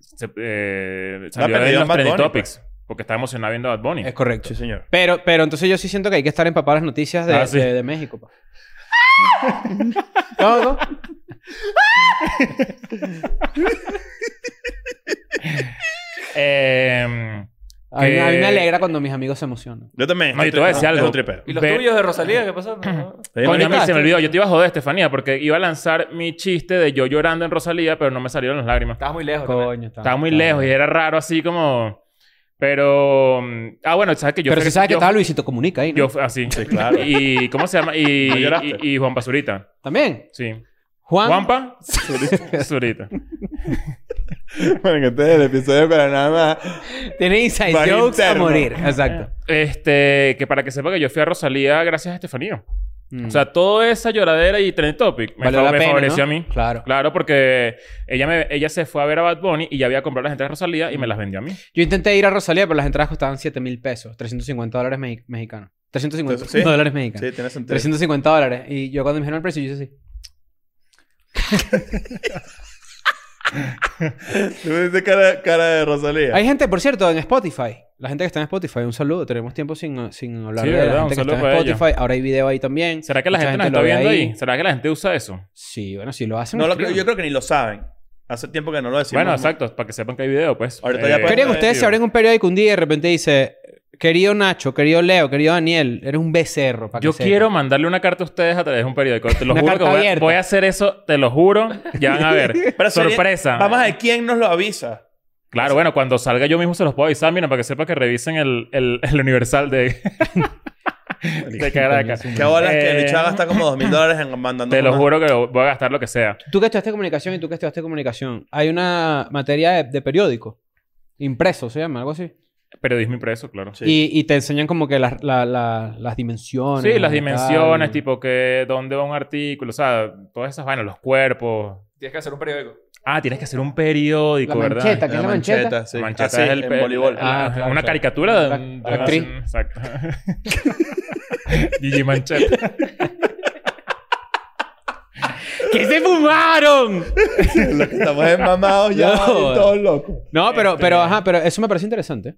A: se, eh, salió
B: pero
A: de
B: dio
A: los
B: Bad
A: trending
B: Bunny,
A: topics. Porque está emocionada viendo a Bad Bunny.
C: Es correcto.
B: Sí, señor.
C: Pero, pero entonces yo sí siento que hay que estar empapado de las noticias de,
A: Ah, sí.
C: de- de México. pa. ¿No, no?
A: Eh,
C: A, mí,
A: Que-
C: a mí me alegra cuando mis amigos se emocionan.
B: Yo también.
A: No, y te voy a decir
B: Es
A: algo.
B: un tripero.
D: ¿Y los
A: Ve-
D: tuyos de Rosalía? ¿Qué pasó? No.
B: Sí,
A: coño, a mí
C: marica,
A: se me
C: sí.
A: olvidó. Yo te iba a joder, Estefanía, porque iba a lanzar mi chiste de yo llorando en Rosalía, pero no me salieron las lágrimas.
D: Estabas muy lejos. también.
C: Coño, está.
A: Estaba muy
C: está-
A: lejos y era raro así como... Pero... mm, Ah, bueno, sabes que yo...
C: pero
A: fui-
C: si sabes que
A: yo-
C: estaba Luisito Comunica ahí, ¿no?
A: Yo fui así.
B: Sí, claro.
A: Y... ¿Cómo se llama? Y,
B: ¿No lloraste?
A: y, y Juan Pasurita.
C: También.
A: Sí.
C: Juan.
A: Juanpa Zurita.
B: Bueno, que este es el episodio para nada más.
C: Tiene inside
B: Juan
C: jokes
B: interno.
C: a morir. Exacto.
A: Este, que para que sepa que yo fui a Rosalía gracias a Estefanía.
C: Mm.
A: O sea, toda esa lloradera y trend topic me,
C: Valió
A: fa-
C: la
A: me
C: pena,
A: favoreció
C: ¿no?
A: a mí.
C: Claro.
A: Claro, porque ella, me, ella se fue a ver a Bad Bunny y ya había comprado las entradas de Rosalía y me las vendió a mí.
C: Yo intenté ir a Rosalía, pero las entradas costaban 7 mil pesos. 350 dólares mexi- mexicanos. 350
B: Entonces, ¿sí?
C: dólares mexicanos.
B: Sí, tiene sentido.
C: 350 dólares. Y yo cuando me dijeron el precio, yo hice así.
B: Tú dices cara, cara de Rosalía.
C: Hay gente, por cierto, en Spotify. La gente que está en Spotify, un saludo. Tenemos tiempo sin, sin hablar
A: Sí,
C: de
A: verdad,
C: la
A: un
C: gente que
A: saludo
C: está en
A: para ellos.
C: Spotify. Ahora hay video ahí también.
A: ¿Será que la
C: Mucha
A: gente, nos
C: lo
A: está
C: ve
A: viendo ahí? ¿Será que la gente usa eso?
C: Sí, bueno, si lo hacen.
B: no
C: me
B: lo creo,
C: escriben.
B: yo creo que ni lo saben. Hace tiempo que no lo decimos.
A: bueno, exacto, para que sepan que hay video, pues.
B: Ahorita ya pueden-
C: Quería que ustedes
B: Sí.
C: se abren un periódico un día y de repente dice: Querido Nacho, querido Leo, querido Daniel, eres un becerro. para que
A: Yo
C: sepas".
A: quiero mandarle una carta a ustedes a través de un periódico. Te lo
C: Una
A: juro que
C: carta
A: voy a,
C: abierta.
A: voy a hacer eso, te lo juro. Ya van a ver.
B: Pero sería-
A: Sorpresa.
B: Vamos a ver quién nos lo avisa.
A: Claro, bueno, cuando salga yo mismo se los puedo avisar, mira, para que sepa que revisen el, el, el universal de, de Caracas.
B: Qué bolas que
A: Eh,
B: Luis Chaga está como dos mil dólares en mandando.
A: Te lo
B: una-
A: juro que lo- voy a gastar lo que sea.
C: Tú que estudiaste comunicación y tú que estudiaste comunicación, hay una materia de, de periódico. Impreso se llama, algo así.
A: Periodismo impreso, claro.
B: Sí.
C: Y, y te enseñan como que las, la- la- las dimensiones.
A: Sí, las
C: tal.
A: dimensiones, tipo que dónde va un artículo, o sea, todas esas vainas, los cuerpos.
D: Tienes que hacer un periódico.
A: Ah, tienes que hacer un periódico,
C: La
A: ¿verdad?
C: mancheta, ¿qué es la mancheta?
B: sí.
A: La
B: Ah, sí,
A: mancheta es el
B: en
A: pe-
B: voleibol.
A: la-
C: Ah, claro,
A: una
C: claro.
A: caricatura de,
C: Ac-
A: de-
C: actriz.
A: Exacto. Gigi Mancheta.
C: ¡Que se fumaron!
B: Los que estamos enmamados ya
C: No.
B: y todos locos.
C: No, pero,
A: Este-
C: pero, ajá, pero eso me parece interesante.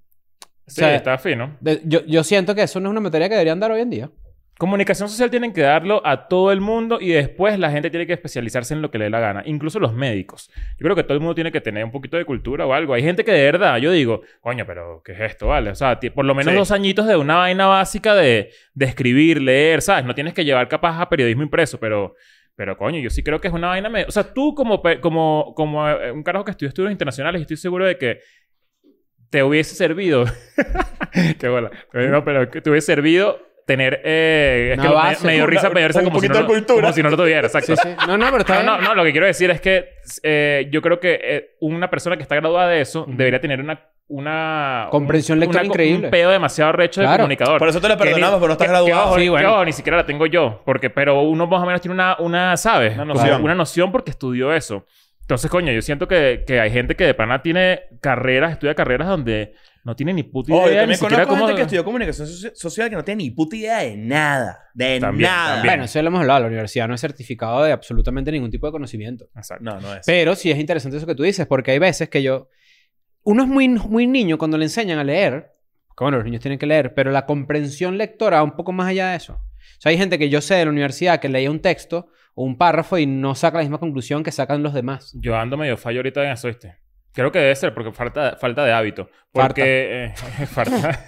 A: Sí,
C: sea,
A: está fino.
C: De- yo, yo siento que eso no es una materia que deberían dar hoy en día.
A: Comunicación social tienen que darlo a todo el mundo y después la gente tiene que especializarse en lo que le dé la gana, incluso los médicos. Yo creo que todo el mundo tiene que tener un poquito de cultura o algo. Hay gente que de verdad, yo digo, coño, pero ¿qué es esto? Vale, o sea, ti- por lo menos
B: Sí.
A: dos añitos de una vaina básica de, de escribir, leer, ¿sabes? No tienes que llevar capaz a periodismo impreso, pero, pero coño, yo sí creo que es una vaina... me- O sea, tú como, pe- como, como eh, un carajo que estudió estudios internacionales, estoy seguro de que te hubiese servido. Qué bola. No, pero que te hubiese servido tener. Eh, es
C: Una
A: que lo- me-
C: base.
A: me dio risa,
B: Una-
A: me dio risa
B: un
A: como, si no
B: poquito
A: lo,
B: de cultura.
A: como si no lo tuviera, exacto.
C: Sí, sí. No, no, pero está
A: No, no,
C: bien.
A: no, lo que quiero decir es que eh, yo creo que eh, una persona que está graduada de eso
C: Ujú.
A: debería tener una. una
C: Comprensión
A: un-
C: lectora
A: una-
C: increíble.
A: Un pedo demasiado recho de
C: Claro.
A: comunicador.
B: Por eso te lo
A: Que ni-
B: perdonamos, pero no estás
A: que- que
B: graduado.
A: ojo,
C: Sí,
A: ni-
C: bueno.
A: que ojo, ni siquiera la tengo yo. Porque, pero uno más o menos tiene una, una ¿sabes?
B: Una
A: Como
B: noción.
A: Una noción porque estudió eso. Entonces, coño, yo siento que, que hay gente que de pana tiene carreras, estudia carreras donde no tiene ni puta idea.
B: Oh, yo
A: ni
B: también
A: siquiera
B: conozco
A: cómo...
B: gente que estudió comunicación soci- social que no tiene ni puta idea de nada. De
A: También,
B: nada.
A: también.
C: Bueno, eso ya lo hemos hablado. La universidad no es certificado de absolutamente ningún tipo de conocimiento.
A: Exacto.
B: No, no es.
C: Pero sí es interesante eso que tú dices, porque hay veces que yo... Uno es muy, muy niño cuando le enseñan a leer, porque bueno, los niños tienen que leer, pero la comprensión lectora va un poco más allá de eso. O sea, hay gente que yo sé de la universidad que leía un texto o un párrafo y no saca la misma conclusión que sacan los demás.
A: Yo ando medio fallo ahorita en eso, ¿viste? Creo que debe ser porque falta, falta de hábito. Porque... eh, falta.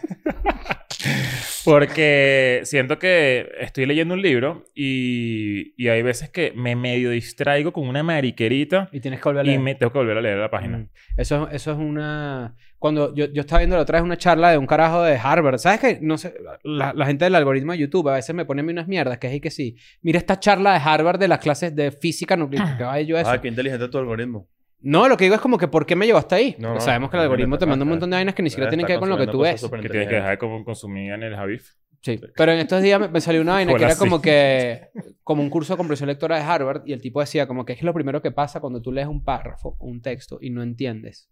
A: porque siento que estoy leyendo un libro y, y hay veces que me medio distraigo con una mariquerita
C: Y tienes que volver a leer.
A: y me tengo que volver a leer la página.
C: Mm. Eso, eso es una... Cuando yo, yo estaba viendo la otra vez una charla de un carajo de Harvard, ¿sabes qué? No sé, la, la gente del algoritmo de YouTube a veces me pone a mí unas mierdas que es y que sí. Mira esta charla de Harvard de las clases de física nuclear. ¿Qué va yo eso?
B: Ah, qué inteligente tu algoritmo.
C: No, lo que digo es como que ¿por qué me llevó hasta ahí?
B: No,
C: Porque
B: no,
C: sabemos que el
B: no,
C: algoritmo
B: no,
C: te manda un
B: no,
C: montón de vainas que ni siquiera
B: Debe
C: tienen que
B: estar
C: ver con lo que tú
B: consumiendo cosas
C: ves.
A: Que tienes que
B: superinteligentes.
A: dejar de como consumir en el Javif.
C: Sí. Pero en estos días me, me salió una vaina que
A: Hola,
C: era
A: sí.
C: como que... Como un curso de comprensión lectora de Harvard y el tipo decía como que es lo primero que pasa cuando tú lees un párrafo o un texto y no entiendes.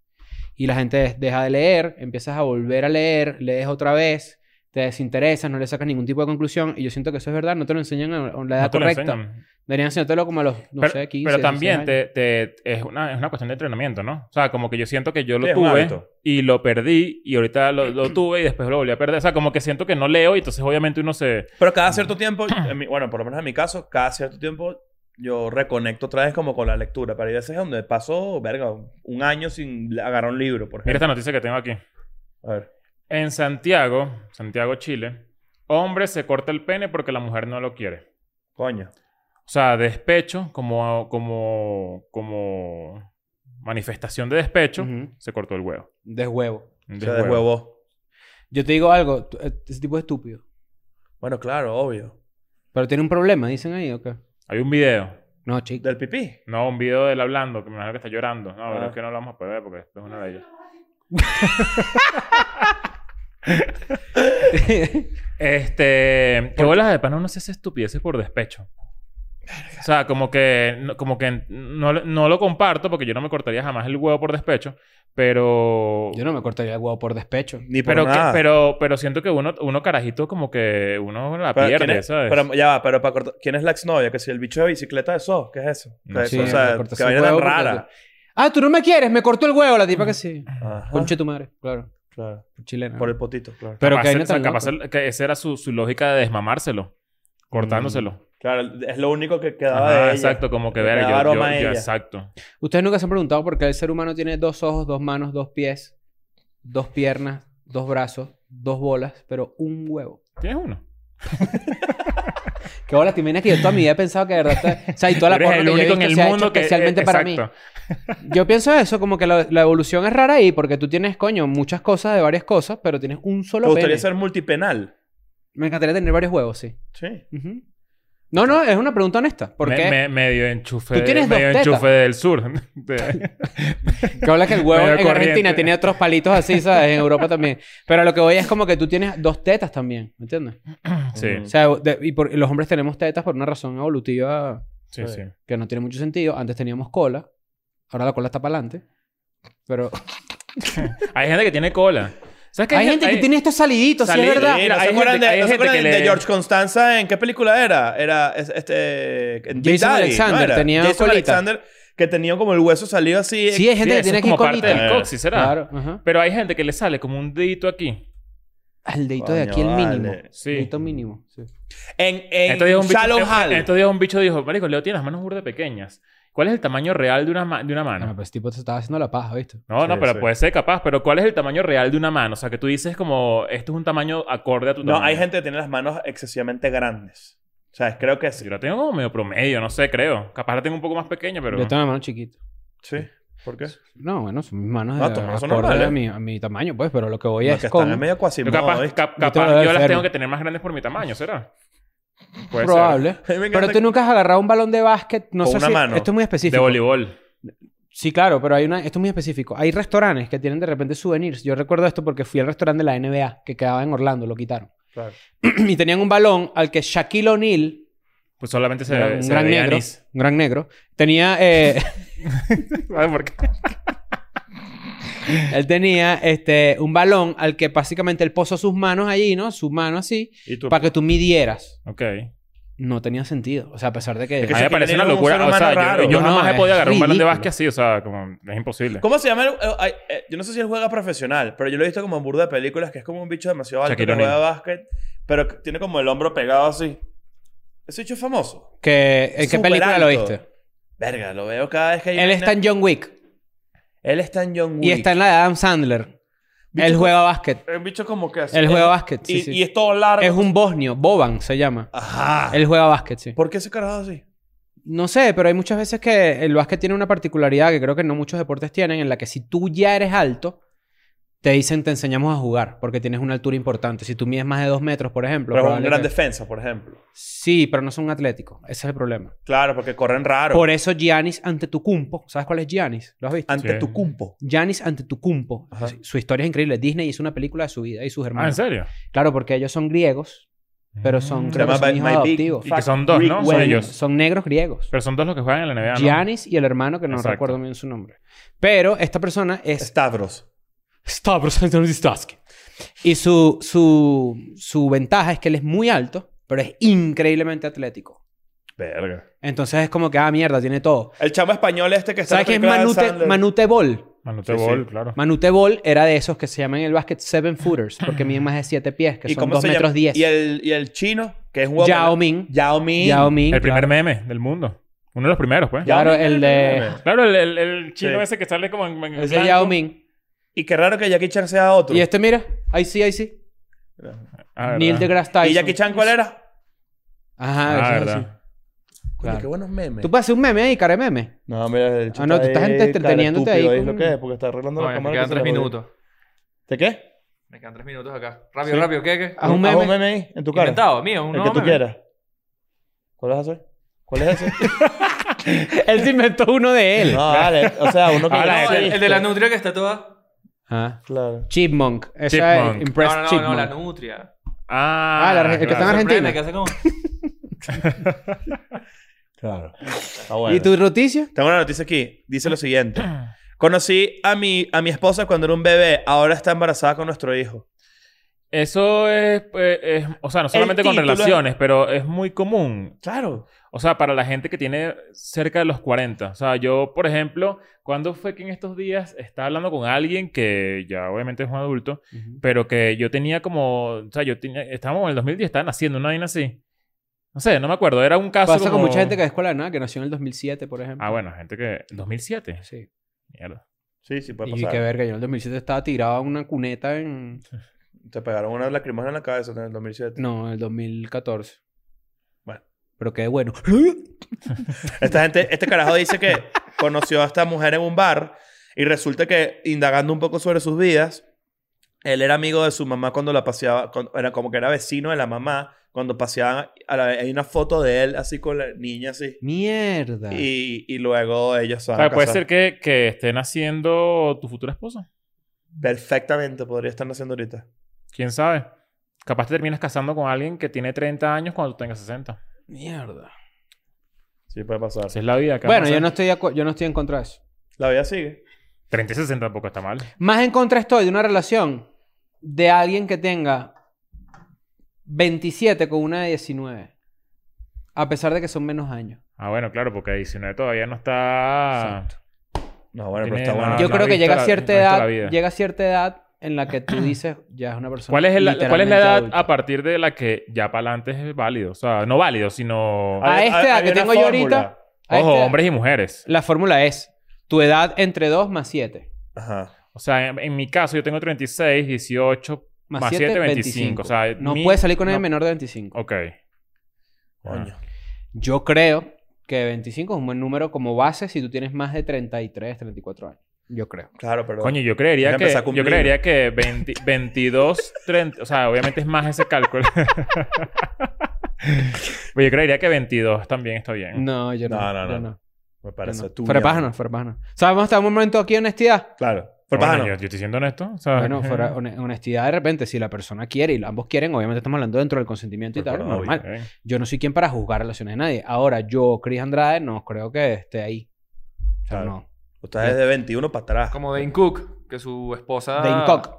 C: Y la gente des- deja de leer, empiezas a volver a leer, lees otra vez, te desinteresas, no le sacas ningún tipo de conclusión. Y yo siento que eso es verdad, no te lo enseñan a a la edad
A: No te lo
C: correcta.
A: enseñan.
C: Deberían enseñártelo como a los, no
A: pero,
C: sé, 15,
A: pero
C: 16
A: también
C: años.
A: te, te- es, una, es una cuestión de entrenamiento, ¿no? O sea, como que yo siento que yo lo
B: Sí, es un
A: tuve
B: hábito.
A: y lo perdí y ahorita lo, lo tuve y después lo volví a perder. O sea, como que siento que no leo y entonces obviamente uno se...
B: Pero cada
A: Ah.
B: cierto tiempo, en mi- bueno, por lo menos en mi caso, cada cierto tiempo yo reconecto otra vez como con la lectura. Pero hay veces donde paso, verga, un año sin agarrar un libro, por
A: Mira
B: ejemplo.
A: esta noticia que tengo aquí.
B: A ver.
A: En Santiago, Santiago, Chile, hombre se corta el pene porque la mujer no lo quiere.
B: Coño.
A: O sea, despecho, como, como, como manifestación de despecho,
C: Ujú.
A: se cortó el huevo.
C: De huevo.
B: Se deshuevó.
C: Yo te digo algo, tú- eh, ese tipo es estúpido.
B: Bueno, claro, obvio.
C: Pero tiene un problema, dicen ahí, ¿o qué?
A: Hay un video.
C: No, chico.
B: Del pipí.
A: No, un video de él hablando, que me imagino que está llorando. No, pero
B: Ah.
A: es que no lo vamos a poder ver porque esto es una de ellas. Este. Que bolas de pan no se hace estupideces por despecho. O sea, como que, no- como que no, no lo comparto porque yo no me cortaría jamás el huevo por despecho, pero.
C: Yo no me cortaría el huevo por despecho.
B: Ni por
A: pero, que-
B: nada.
A: pero, pero siento que uno, uno carajito, como que uno la
B: Pero,
A: pierde,
B: ¿quién es?
A: ¿sabes?
B: Pero, ya va, pero para cortar- ¿Quién es la exnovia? Que si el bicho de bicicleta de eso, ¿qué es eso?
A: No
B: Que
A: sé.
B: eso, o
C: me
B: sea,
C: cortas
B: que
C: el
B: vaina
C: huevo
B: tan
C: porque-
B: rara.
C: Ah, tú no me quieres, me cortó el huevo la tipa que sí.
B: Ajá,
C: Conche tu madre, claro.
B: claro.
C: Chilena.
B: Por el potito, claro.
C: Pero
A: Capaz
C: que hay
A: el-
C: no
A: o sea,
C: tan
A: capaz
C: loco.
A: el- que esa era su, su lógica de desmamárselo, cortándoselo.
B: Claro, es lo único que Mm. quedaba
A: Ajá,
B: de ella.
A: exacto, como que
B: Le
A: ver,
B: quedaba
A: yo, yo-
B: aroma a
A: yo-
B: ella.
A: exacto.
C: Ustedes nunca se han preguntado por qué el ser humano tiene dos ojos, dos manos, dos pies, dos piernas, dos brazos, dos bolas, pero un huevo.
A: Tienes uno.
C: Qué bolas, te imaginas que yo toda mi vida he pensado que de verdad... está- O sea, y toda la
A: Eres
C: porno
A: el
C: que yo he
A: único en
C: visto
A: el
C: se ha hecho
A: mundo que
C: especialmente
A: eh,
C: para mí.
A: exacto.
C: Yo pienso eso, como que la, la evolución es rara ahí, porque tú tienes, coño, muchas cosas de varias cosas, pero tienes un
B: ¿Te
C: solo
B: gustaría
C: pene.
B: ser multipenal?
C: Me encantaría tener varios huevos, sí.
B: Sí.
C: Ujú. No, no, es una pregunta honesta.
A: Me-
C: Porque
A: me- medio enchufe,
C: Tú
A: de-
C: tienes dos
A: medio
C: tetas.
A: enchufe del sur. De-
C: que habla que el huevo
A: medio
C: en
A: corriente.
C: Argentina tiene otros palitos así, ¿sabes? En Europa también. Pero lo que voy es como que tú tienes dos tetas también, ¿me entiendes?
A: sí,
B: Ujú.
C: O sea, de- y por- los hombres tenemos tetas por una razón evolutiva
A: sí, sí.
C: que no tiene mucho sentido. Antes teníamos cola, ahora la cola está para adelante. Pero
A: Hay gente que tiene cola. ¿Sabes que
C: hay gente que tiene estos saliditos, sí, es
A: Salido.
C: verdad.
B: Sí,
A: Mira,
B: ¿no
A: hay
B: se acuerdan
A: gente-
B: de,
A: hay
B: ¿no se
A: gente
B: acuerdan
A: que
B: de
A: le-
B: George Constanza? ¿En qué película era? Era es- este... en Big
C: Jason
B: Daddy,
C: Alexander,
B: era?
C: tenía
B: Jason
C: colita.
B: Alexander que tenía como el hueso salido así.
C: Sí, hay gente
A: Sí,
C: que
A: eso
C: tiene
A: es
C: aquí
A: como
C: colita.
A: parte del
B: Eh,
A: coxis, ¿será?
C: Claro, ajá.
A: Pero hay gente que le sale como un dedito aquí.
C: Al dedito
B: Coño,
C: de aquí el mínimo.
B: vale.
A: Sí.
C: Dedito mínimo. sí.
B: En, en
A: Entonces un bicho,
B: Shallow
A: eh,
B: Hall.
A: estos días un bicho dijo, marico, Leo tiene las manos burda pequeñas. ¿Cuál es el tamaño real de una, ma- de una
C: Bueno,
A: mano?
C: pero ese Ah, pues, tipo se estaba haciendo la paja, ¿viste?
A: No, no,
B: Sí,
A: pero
B: sí.
A: puede ser capaz. Pero ¿cuál es el tamaño real de una mano? O sea, que tú dices como, esto es un tamaño acorde a tu
B: No,
A: tamaño.
B: hay gente que tiene las manos excesivamente grandes. O sea, creo que sí.
A: Yo la tengo como medio promedio, no sé, creo. Capaz la tengo un poco más pequeña, pero...
C: Yo tengo la mano chiquita.
B: Sí. ¿Por qué?
C: No, bueno, son mis manos
B: No,
C: de,
B: Ah, tus manos son
C: acorde
B: normales.
C: a mi, a mi tamaño, pues, pero lo que voy
B: Los
C: es
B: que
C: con...
B: están en medio cuasi
A: Yo capaz, cap-
C: Yo te
A: capaz
C: lo veo
A: yo las
C: enfermo.
A: tengo que tener más grandes por mi tamaño, ¿será? Puede ser.
C: Probable. Pero tú nunca has agarrado un balón de básquet, no
B: Con
C: sé
B: una
C: si...
B: mano.
C: Esto es muy específico.
A: De voleibol.
C: Sí, claro, pero hay una... Esto es muy específico. Hay restaurantes que tienen de repente souvenirs. Yo recuerdo esto porque fui al restaurante de la NBA que quedaba en Orlando, lo quitaron.
B: Claro.
C: y tenían un balón al que Shaquille O'Neal
A: Pues solamente se,
C: era un
A: se
C: gran
A: veía
C: negro,
A: anís.
C: un gran negro, tenía eh,
A: ¿Sabes por qué?
C: él tenía este, un balón al que básicamente él posó sus manos allí, ¿no? Su mano así,
A: Y tú...
C: para que tú midieras.
A: Ok.
C: No tenía sentido. O sea, a pesar de que...
B: Es que
A: a mí
B: eso
A: me parece
B: tiene
A: una
B: un ser
A: locura. O
B: humano
A: sea,
B: raro.
A: yo, yo
C: No,
A: jamás he
C: es
A: podido agarrar un balón de
C: ridículo.
A: básquet así. O sea, como... Es imposible.
B: ¿Cómo se llama? el- el- ay, eh, yo no sé si él juega profesional, pero yo lo he visto como en burda de películas que es como un bicho demasiado alto
A: Shaquille
B: que juega
A: O'Neal.
B: básquet, pero que tiene como el hombro pegado así. Ese bicho es famoso.
C: que- ¿En qué
B: Súper
C: película lo
B: alto.
C: viste?
B: Verga, lo veo cada vez que hay
C: Él
B: una-
C: está en John Wick.
B: Él está en John Wick.
C: Y está en la de Adam Sandler.
B: Bicho
C: él
B: co-
C: juega básquet.
B: El bicho como que así.
C: Él juega
B: Él-
C: básquet, sí,
B: y,
C: sí.
B: y es Ah. todo largo.
C: Es un bosnio. Boban se llama.
B: Ajá.
C: Él juega básquet, sí.
B: ¿Por qué ese carajo así?
C: No sé, pero hay muchas veces que el básquet tiene una particularidad que creo que no muchos deportes tienen, en la que si tú ya eres alto, te dicen te enseñamos a jugar porque tienes una altura importante. Si tú mides más de dos metros, por ejemplo.
B: Pero es un
C: probable
B: gran
C: que-
B: defensa, por ejemplo.
C: Sí, pero no son atléticos. Ese es el problema.
B: Claro, porque corren raro.
C: Por eso Giannis ante Tucumpo. ¿Sabes cuál es Giannis? ¿Lo has visto?
B: Ante
A: Sí.
B: tu cumpo.
C: Giannis ante Tucumpo.
B: Ajá.
C: Su historia es increíble. Disney hizo una película de su vida y sus
A: Ah, ¿en
C: hermanos.
A: serio?
C: claro, porque ellos son griegos, pero son,
A: Mm.
C: creo que
B: llama
C: son
B: My-
C: hijos
B: My Big-
C: adoptivos.
A: Y que son dos, ¿no? Son
C: Bueno,
A: ellos.
C: son negros griegos.
A: Pero son dos los que juegan en la NBA, ¿no?
C: Giannis y el hermano, que no
A: Exacto.
C: recuerdo bien su nombre. Pero esta persona es
B: Stavros.
C: Stavros Antonidis-Staski. Y su, su, su ventaja es que él es muy alto, pero es increíblemente atlético.
B: Verga.
C: Entonces es como que, ah, mierda, tiene todo.
B: El chamo español este que está
C: ¿Sabes
B: en
C: quién es
B: la película de
C: Manute,
B: Sandler.
C: Manute Bol?
A: Manute
B: Sí, sí.
A: Ah, Bol, claro.
C: Manute Bol era de esos que se llaman en el básquet seven footers, porque miden más de siete pies, que
B: ¿Y
C: son
B: cómo
C: dos
B: se llama?
C: metros diez.
B: ¿Y el, y el chino, que es un huevón.
C: Yao Ming.
B: Yao Ming.
C: Yao Ming,
A: El primer
C: claro.
A: meme del mundo. Uno de los primeros, pues.
B: Yao
C: Claro,
B: Ming
C: el
B: es
C: de-
B: meme.
A: Claro, el, el- el chino
B: Sí.
A: ese que sale como en, en
C: Ese es
A: blanco.
C: Yao Ming.
B: Y qué raro que Jackie Chan sea otro.
C: Y este, mira, ahí sí, ahí sí.
A: Ah, ¿verdad?
C: Neil deGrasse Tyson.
B: ¿Y Jackie Chan cuál era?
C: Ajá,
A: Ah,
C: eso es así.
A: verdad.
B: Coño,
C: Claro.
B: qué buenos memes.
C: Tú puedes hacer un meme ahí, cara de meme.
B: No, mira, el chico
C: Ah, no, tú
B: ahí,
C: estás
B: cara,
C: entreteniéndote ahí
B: estúpido, ¿Veis
C: con-
B: lo que es? Porque está arreglando
D: No,
B: la
D: me
B: cámara.
D: quedan
B: que se
D: tres
B: le jodió.
D: minutos.
B: ¿De qué?
D: Me quedan tres minutos acá. Rápido,
B: Sí.
D: rápido. ¿Qué? ¿Qué?
C: Haz un
B: Haz
C: meme.
B: un meme ahí, en tu cara.
D: Inventado, mío. Un
B: El que
D: nuevo
B: tú
D: meme.
B: quieras. ¿Cuál vas a hacer? ¿Cuál es ese?
C: Él se inventó uno de él.
B: no, dale. O sea, uno que...
A: Ah, la
D: No,
B: no
D: el, el de la
B: existe.
D: nutria que está toda.
C: Ah.
B: Claro.
C: Chipmunk. Esa
A: Chipmunk.
C: es
D: No,
C: Impressed
D: no, no,
C: Chipmunk.
D: no, la nutria.
A: Ah,
C: Ah, la- el que
A: claro.
C: está en Argentina.
D: Sorprende, que hace como.
B: Claro. Está bueno.
C: ¿Y tu noticia?
B: Tengo una noticia aquí. Dice lo siguiente. Conocí a mi, a mi esposa cuando era un bebé. Ahora está embarazada con nuestro hijo.
A: Eso es, eh, es- o sea, no solamente con
B: título es-
A: relaciones, pero es muy común.
B: Claro.
A: O sea, para la gente que tiene cerca de los 40. O sea, yo, por ejemplo, cuando fue que en estos días estaba hablando con alguien que ya obviamente es un adulto, pero que yo tenía como, o sea, yo tenía, estábamos en el 2010, estaban haciendo una vaina así. No sé, no me acuerdo, era un caso
C: Pasa
A: como-
C: con mucha gente que es escuela de nada, que nació en el 2007, por ejemplo.
A: Ah, bueno, gente que 2007.
C: Sí.
A: Mierda.
B: Sí, sí puede
C: Y
B: pasar.
C: qué verga, yo en el 2007 estaba tirado en una cuneta en...
B: Te pegaron una lacrimógena en la cabeza en el 2007.
C: No, en el 2014.
B: Bueno.
C: Pero qué bueno.
B: Esta gente, este carajo dice que conoció a esta mujer en un bar y resulta que indagando un poco sobre sus vidas, él era amigo de su mamá cuando la paseaba, cuando- era como que era vecino de la mamá cuando paseaban. a la- hay una foto de él así con la niña así.
C: Mierda.
B: Y, y luego ellos
A: O
B: son
A: sea, puede ser que, que estén haciendo tu futura esposa.
B: Perfectamente podría estar naciendo ahorita.
A: ¿Quién sabe? Capaz te terminas casando con alguien que tiene 30 años cuando tú tengas 60.
C: Mierda.
B: Sí, puede pasar.
A: Esa es la vida. ¿qué
C: Bueno,
A: vamos a
C: yo no,
A: hacer?
C: estoy de acu- yo no estoy en contra de eso.
B: La vida sigue.
A: 30 y 60 tampoco está mal.
C: Más en contra estoy de una relación de alguien que tenga 27 con una de 19. A pesar de que son menos años.
A: Ah, bueno, claro, porque 19 todavía no está...
B: No, bueno,
A: Tiene
B: pero está
A: la-
B: bueno.
C: Yo
A: no ha
C: creo que
A: visto
C: llega
A: Ah, la-
C: a
A: no
C: cierta
A: ha visto la
C: edad,
A: vida.
C: llega a cierta edad en la que tú dices, ya es una persona.
A: ¿Cuál es, el- ¿Cuál es la
C: literalmente
A: edad
C: adulta.
A: a partir de la que ya para adelante es válido? O sea, no válido, sino...
C: Ah, a esta edad
B: había
C: que
B: una
C: tengo yo
B: fórmula.
C: ahorita. A
A: Ojo,
C: esta-
A: hombres y mujeres.
C: La fórmula es tu edad entre 2 más 7.
B: Ajá.
A: O sea, en, en mi caso yo tengo 36, 18,
C: Más,
A: más
C: 7,
A: 7,
C: 25.
A: 25. O sea,
C: no
A: mi-
C: puedes salir con nadie
A: no-
C: menor de 25.
A: Ok. Ah.
B: Coño.
C: Yo creo que 25 es un buen número como base si tú tienes más de 33, 34 años. Yo creo.
B: Claro, pero.
A: Coño, yo creería
B: Ya
A: que...
B: empecé a
A: Yo
B: cumplir.
A: creería que 20 22, 30... O sea, obviamente es más ese cálculo. Pero yo creería que 22 también está bien.
C: No, yo no.
B: No, no,
C: yo
B: no.
C: no.
B: Me parece
C: No.
B: tú.
C: Fuera de pájaro, fuera de pájaro. ¿Sabemos hasta un momento aquí honestidad?
B: Claro.
A: Pero
B: Por
A: bueno,
B: pájaro.
A: yo, yo estoy siendo honesto. o
B: Ah.
A: sea,
C: Bueno, fuera hone- honestidad de repente, si la persona quiere y ambos quieren, obviamente estamos hablando dentro del consentimiento y
B: Pero
C: tal,
B: por
C: normal.
A: ok.
C: Yo no soy quien para juzgar relaciones de nadie. Ahora, yo, Chris Andrade, no creo que esté ahí. O sea,
B: Claro.
C: no.
B: Ustedes de 21 para atrás.
D: Como Dane Cook. que su esposa...
C: Dane Cook.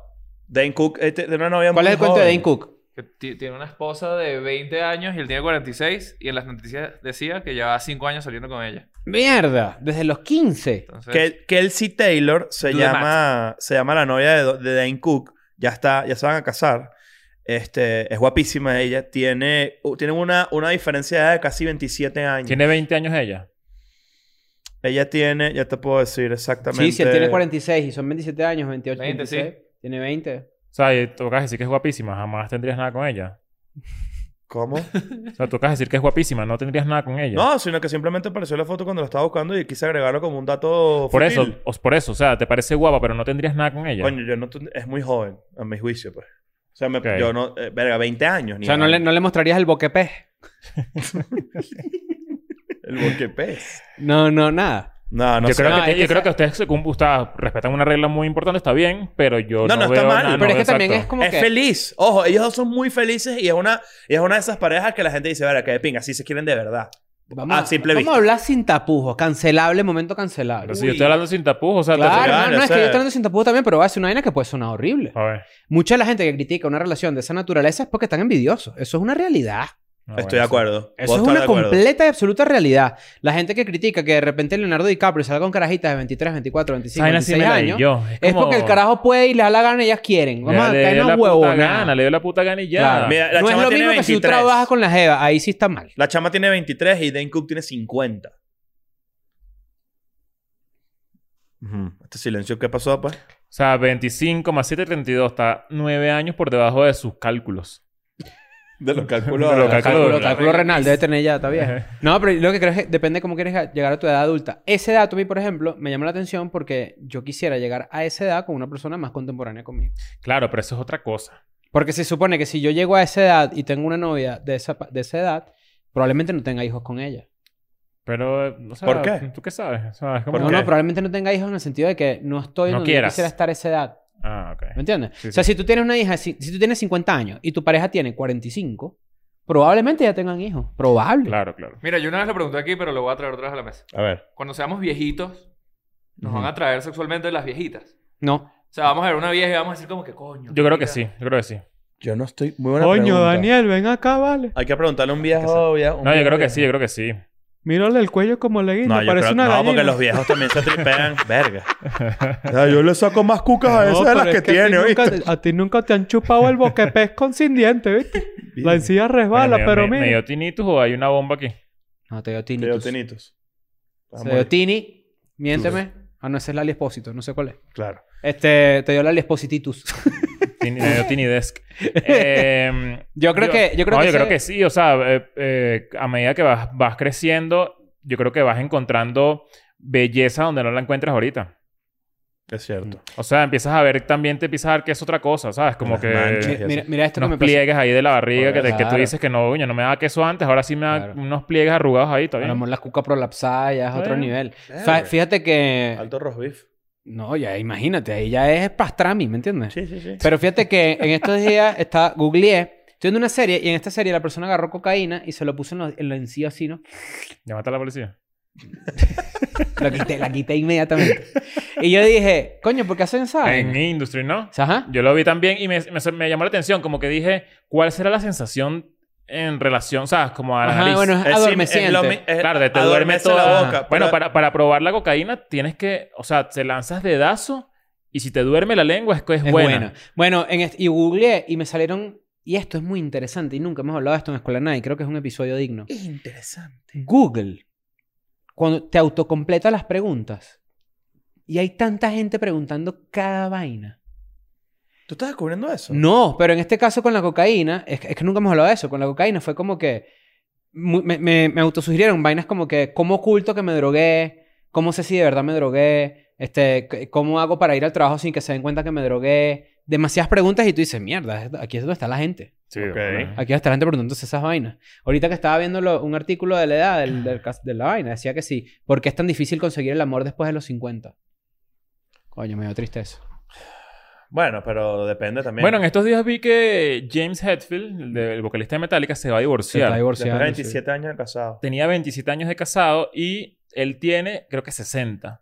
B: Dane Cook eh, te- tiene una novia
C: ¿Cuál
B: Ah, muy
C: es el cuento de
B: joven.
C: Dane Cook?
D: Que ti- tiene una esposa de 20 años y él tiene 46 y en las noticias decía que llevaba 5 años saliendo con ella.
C: ¡Mierda! Desde los 15.
D: Entonces,
B: Que Kelsey Taylor se
D: Tú de
B: llama, se llama la novia de, de Dane Cook. Ya está, ya se van a casar. Este, es guapísima ella. Tiene, uh, tiene una, una diferencia de edad de casi 27 años.
A: Tiene 20 años ella.
B: Ella tiene, ya te puedo decir exactamente.
C: Sí, si él tiene 46 y son 27 años, 28,
D: 20, sí.
C: 26. Tiene 20.
A: O sea, y tú acabas de decir que es guapísima, jamás tendrías nada con ella.
B: ¿Cómo?
A: O sea, tú acabas de decir que es guapísima, no tendrías nada con ella.
B: No, sino que simplemente apareció la foto cuando la estaba buscando y quise agregarlo como un dato.
A: por
B: fútil.
A: eso, os- por eso, o sea, te parece guapa, pero no tendrías nada con ella.
B: Coño, yo no. tu- Es muy joven, a mi juicio, pues. O sea, me-
A: Ok.
B: yo no. eh, verga, 20 años.
C: O
B: Ni
C: sea, no
B: nada.
C: le, no le mostrarías el boquepés.
B: El boquepés.
C: No, no, nada.
B: No, no
A: yo,
B: sé.
A: creo
C: No,
A: que, te- yo
C: esa-
A: creo que ustedes se cum- ustedes respetan una regla muy importante, está bien, pero yo no,
B: No, no está
A: veo
B: mal,
A: nada,
B: No,
C: Pero es
A: no,
C: que también es
A: exacto.
C: como
B: Es
C: que...
B: feliz. Ojo, ellos dos son muy felices y es una, y es una de esas parejas que la gente dice, verga, que de pinga, así se quieren de verdad.
C: Vamos,
B: a
C: a-
B: simple
C: vamos
B: vista.
C: a hablar sin tapujos. Cancelable, momento cancelable.
A: Pero si yo estoy hablando sin tapujos, o sea, te-
C: Claro,
B: Claro,
C: no,
B: o
C: no, es que
B: sea-
C: yo estoy hablando sin tapujos también, pero va a ser una vaina que puede sonar horrible.
B: Ah.
A: A ver. Ah,
C: Mucha de la gente que critica una relación de esa naturaleza es porque están envidiosos. Eso es una realidad.
A: No,
B: Estoy
A: bueno, sí.
B: de acuerdo.
C: Eso
B: Puedo
C: es
B: estar
C: una
B: de acuerdo.
C: completa y absoluta realidad. La gente que critica que de repente Leonardo DiCaprio salga con carajitas de 23, 24, 25,
A: Esa vaina sí
C: 26
A: me la di
C: años.
A: yo.
C: Es
A: como-
C: porque el carajo puede y le da la gana y ellas quieren. Vamos
A: Ya,
C: a
A: le dio
C: caernos
A: la
C: huevos.
A: puta gana, le dio la puta gana y ya.
C: Claro.
B: Mira, la
C: No es
B: chama
C: lo
B: tiene
C: mismo que si tú
B: 23.
C: trabajas con la Jeva. Ahí sí está mal.
B: La chama tiene 23 y Dane Cook tiene 50. Ujú. Este silencio, ¿qué pasó, pues?
A: O sea, 25 más 7, 32. Está 9 años por debajo de sus cálculos.
B: De los cálculos.
A: De los
B: ahora.
A: cálculos.
C: Cálculo,
A: la
C: cálculo
D: regla
C: renal,
D: es-
C: debe tener ya, está bien. No, pero lo que creo es que depende de cómo quieres llegar a tu edad adulta. Ese dato a mí, por ejemplo, me llama la atención porque yo quisiera llegar a esa edad con una persona más contemporánea conmigo.
A: Claro, pero eso es otra cosa.
C: Porque se supone que si yo llego a esa edad y tengo una novia de esa, pa- de esa edad, probablemente no tenga hijos con ella.
A: Pero, eh, o sea,
B: ¿Por qué?
A: ¿Tú qué sabes? O sea, es como
B: ¿Por
C: no,
A: que-
B: qué?
C: no, probablemente no tenga hijos en el sentido de que no estoy
A: No
C: donde yo
A: quieras.
C: quisiera estar a esa edad.
A: Ah, ok.
C: ¿Me entiendes?
A: Sí,
C: o sea, si tú tienes una hija, si, si tú tienes 50 años y tu pareja tiene 45, probablemente ya tengan hijos. Probable.
A: Claro, claro.
D: Mira, yo una vez lo pregunté aquí, pero lo voy a traer otra vez a la mesa.
B: A ver.
D: Cuando seamos viejitos, nos
A: Ujú.
D: van a traer sexualmente las viejitas.
C: No.
D: O sea, vamos a ver una vieja y vamos a decir como que coño.
A: Yo creo que
D: marica".
A: sí, yo creo que sí.
B: Yo no estoy. Muy buena pregunta.
E: ven acá, vale.
B: Hay que preguntarle a un viejo. ya- un
A: No, yo
B: viejo
A: creo que
B: viejo.
A: sí, yo creo que sí.
E: Mírale el cuello como leguito,
B: No, yo
E: parece
B: creo-
E: una
B: no,
E: gallina.
B: porque los viejos también se tripean. Verga. O sea, yo le saco más cucas a esas de
E: pero
B: las
E: es
B: que,
E: a ti
B: tiene,
E: nunca-
B: ¿oíste?
E: A ti nunca te han chupado el boquepez con sin dientes, ¿viste? La encía
A: Mira,
E: resbala,
A: me-
E: pero
A: me, me
E: mira.
A: dio tinnitus o hay una bomba aquí.
C: No, te dio
B: Te dio
C: tinnitus.
B: tenitos.
C: Se dio Tini. Miénteme. Ah, no, ese es Lali Espósito. No sé cuál es.
B: Claro.
C: Este, te dio Lali Esposititus.
A: Tin- me dio tinnidesk. Eh,
C: yo creo que... Yo creo
A: no,
C: que
A: yo
C: ese-
A: creo que sí. O sea, eh, eh, a medida que vas, vas creciendo, yo creo que vas encontrando belleza donde no la encuentras ahorita.
B: Es cierto.
A: O sea, empiezas a ver, también te empiezas a ver que es otra cosa, ¿sabes? Como
B: Las
A: que
B: manchas.
A: unos
C: Mi- Mira, mira esto que me pasó.
A: pliegues ahí de la barriga que, te- que tú
C: Claro.
A: dices que no, coño, no me daba queso antes, ahora sí me da
C: Claro.
A: unos pliegues arrugados ahí
C: A lo
A: todavía.
C: mejor la cuca prolapsada ya es otro
A: Bueno. eh,
C: nivel. Fa- Fíjate que...
B: Alto roast beef.
C: No, ya imagínate. Ahí ya es pastrami, ¿me entiendes?
B: Sí, sí, sí.
C: Pero fíjate que en estos días está... Googleé. Estoy viendo una serie y en esta serie la persona agarró cocaína y se lo puso en, los- en la encía así, ¿no?
A: Llámate a la policía.
C: Lo quité, la quité inmediatamente. Y yo dije, coño, ¿por qué hacen esa
A: En
C: vaina?
A: Industry, ¿no?
C: Ajá.
A: Yo lo vi también y me, me- me llamó la atención, como que dije, ¿cuál será la sensación en relación, sabes? Como a la
C: Ajá,
A: nariz.
C: bueno, es adormeciente.
A: Claro, te, te duerme
B: duermes
A: toda
B: Eh, la
A: la
B: boca.
A: Bueno,
B: pero-
A: para, para probar la cocaína tienes que, o sea, te lanzas dedazo y si te duerme la lengua es, que es
C: Es
A: buena.
C: pues, buena. Bueno, en est- y googleé y me salieron. Y esto es muy interesante y nunca hemos hablado de esto en Escuela de Nada y creo que es un episodio digno.
B: Interesante.
C: Google, cuando te autocompleta las preguntas y hay tanta gente preguntando cada vaina.
B: ¿Tú estás descubriendo eso?
C: No, pero en este caso con la cocaína, es que, es que nunca hemos hablado de eso. Con la cocaína fue como que mu- me, me, me autosugirieron vainas como que cómo oculto que me drogué, cómo sé si de verdad me drogué, este, c- cómo hago para ir al trabajo sin que se den cuenta que me drogué. Demasiadas preguntas y tú dices, mierda, aquí es donde está la gente.
A: Sí,
B: Ok.
A: bueno.
C: Aquí hasta la gente preguntándose esas vainas. Ahorita que estaba viendo lo- un artículo de la edad del, del cas- de la vaina, decía que sí. ¿Por qué es tan difícil conseguir el amor después de los 50? Coño, me dio tristeza.
B: Bueno, pero depende también.
A: Bueno, en estos días vi que James Hetfield, el, de- el vocalista de Metallica, se va a
C: Se está
A: divorciar.
B: Después de
C: divorciando. sí.
B: 27 años de casado.
A: Tenía 27 años de casado y él tiene, creo que 60.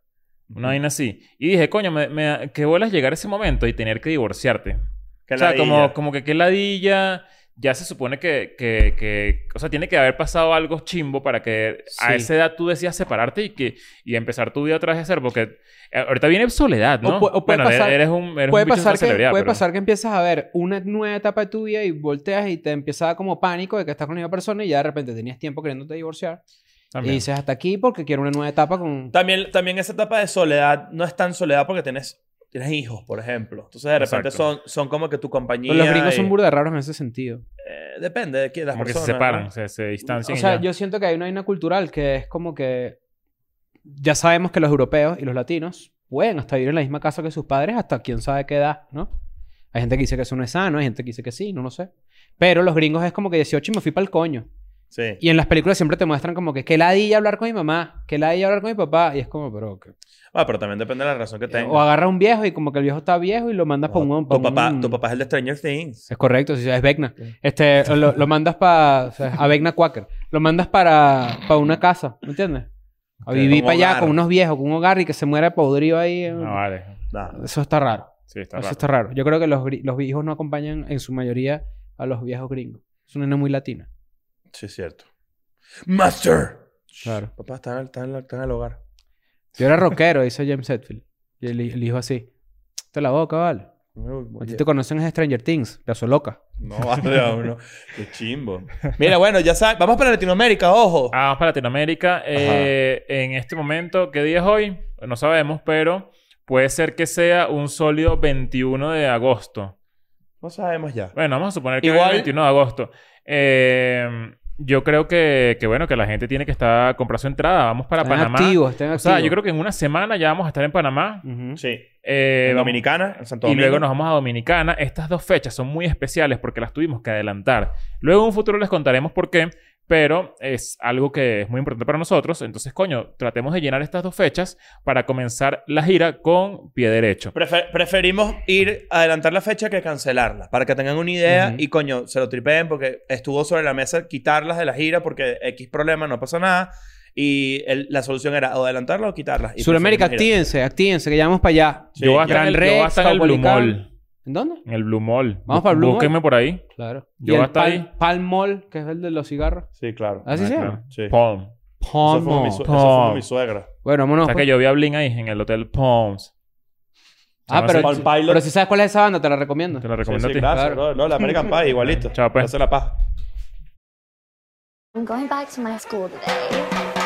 A: Una vaina así. Y dije, coño, me, me, qué bolas llegar a ese momento y tener que divorciarte.
B: Que
A: o sea,
B: ladilla.
A: como, como que qué ladilla. Ya se supone que, que, que- O sea, tiene que haber pasado algo chimbo para que a
C: Sí.
A: esa edad tú decidas separarte y que... Y empezar tu vida otra vez de cero. Porque eh, ahorita viene soledad, ¿no?
C: O pu- o puede
A: bueno, e-
C: pasar-
A: eres un... Eres
C: puede
A: un bicho de
C: pasar, que,
A: celebridad,
C: puede
A: pero-
C: pasar que empiezas a ver una nueva etapa de tu vida y volteas y te empieza a dar como pánico de que estás con la misma persona y ya de repente tenías tiempo queriéndote divorciar.
A: también.
C: Y dices hasta aquí porque quiero una nueva etapa con...
B: También, también esa etapa de soledad no es tan soledad porque tienes, tienes hijos, por ejemplo. Entonces, de repente
A: Exacto.
B: son, son como que tu compañía.
C: Pero los gringos son
B: y-
C: burda raros en ese sentido.
B: eh, depende de quién, las
A: Como que se
B: personas.
A: separan,
B: ¿no?
A: se, se distancian
C: O
A: y
C: sea,
A: ya. Ah,
C: yo siento que hay una vaina cultural que es como que ya sabemos que los europeos y los latinos pueden hasta vivir en la misma casa que sus padres hasta quién sabe qué edad, ¿no? Hay gente que dice que eso no es sano, hay gente que dice que sí, no lo sé. Pero los gringos es como que 18 y me fui para el coño.
B: Sí.
C: Y en las películas siempre te muestran como que que ladilla hablar con mi mamá, que ladilla hablar con mi papá. Y es como, pero... ¿qué?
B: Ah, pero también depende de la razón que tengas.
C: O agarra a un viejo y como que el viejo está viejo y lo mandas para un... pa'
B: tu, papá,
C: un-
B: tu papá es el de Stranger Things.
C: Es correcto, sí, sí, es Vecna. Este, lo, lo mandas para... a Vecna Quaker. Lo mandas para, para una casa, ¿me entiendes? A
B: Ok,
C: vivir
B: un
C: para allá
B: hogar.
C: con unos viejos, con un hogar y que se muera de podrido ahí. eh.
A: No, vale.
B: No.
C: Eso está raro.
A: Sí, está
C: Eso
A: raro.
C: está raro. Yo creo que los, gri- los viejos no acompañan en su mayoría a los viejos gringos. Es una nena muy latina.
B: Sí, es cierto. Master.
C: Claro.
B: Papá está en el, está en el- está en el hogar.
C: Yo era rockero, dice James Hetfield. Y el, el hijo así. Te la boca, vale. A ti te conocen es Stranger Things, la soy loca.
B: No, vale, a uno. Qué chimbo. Mira, bueno, ya sabes. Vamos para Latinoamérica, ojo.
A: Ah, vamos para Latinoamérica. Eh, en este momento, ¿qué día es hoy? No sabemos, pero puede ser que sea un sólido 21 de agosto.
B: No sabemos ya.
A: Bueno, vamos a suponer que
B: Igual-
A: es el 21 de agosto. Eh, yo creo que, que, bueno, que la gente tiene que estar comprar su entrada. Vamos para
C: Estén
A: Panamá.
C: activos, estén
A: O sea,
C: activos.
A: yo creo que en una semana ya vamos a estar en Panamá.
C: Ujú.
B: Sí.
A: Eh,
B: en
A: vamos-
B: Dominicana, en Santo
A: Y
B: Domingo.
A: luego nos vamos a Dominicana. Estas dos fechas son muy especiales porque las tuvimos que adelantar. Luego en un futuro les contaremos por qué, pero es algo que es muy importante para nosotros. Entonces, coño, tratemos de llenar estas dos fechas para comenzar la gira con pie derecho.
B: Prefer- preferimos ir a adelantar la fecha que cancelarla. Para que tengan una idea
C: Ujú.
B: y coño, se lo tripeen porque estuvo sobre la mesa quitarlas de la gira porque X problema, no pasa nada. Y el- la solución era o adelantarla o quitarlas. Y
C: Suramérica,
B: preferimos ir.
C: actívense, actívense, que ya vamos para allá.
B: Sí,
A: yo, voy a estar
C: Gran
A: en el, yo voy a
C: Rex,
A: estar en el Blue
C: Caupolicán.
A: Mall.
C: ¿En dónde?
A: En el Blue Mall.
C: Vamos para el Blue Mall.
A: Búsquenme por ahí.
C: Claro.
A: Yo
C: y
A: voy
C: el
A: hasta
C: Pal,
A: ahí.
C: Pal Mall, que es el de los cigarros.
B: Sí, claro.
C: ¿Así
A: Ah,
C: se
A: claro.
C: llama?
B: Sí.
A: Palms.
C: Palm
B: Eso fue, mi
C: Mall.
B: su-
A: Palm.
B: eso fue mi suegra.
C: Bueno,
A: O
C: vámonos.
A: sea que
C: pues.
A: yo vi a Blink ahí en el Hotel Palms.
C: Ah,
A: Se
C: pero,
A: llama
B: Palm Pilot.
C: pero si sabes cuál es esa banda, te la recomiendo.
A: así. Te la recomiendo
B: sí, sí,
A: a ti.
B: gracias,
C: Claro.
B: bro. No, la American Pie, igualito.
A: Chao, pues.
B: Hace la paz.
F: I'm going back to my school today.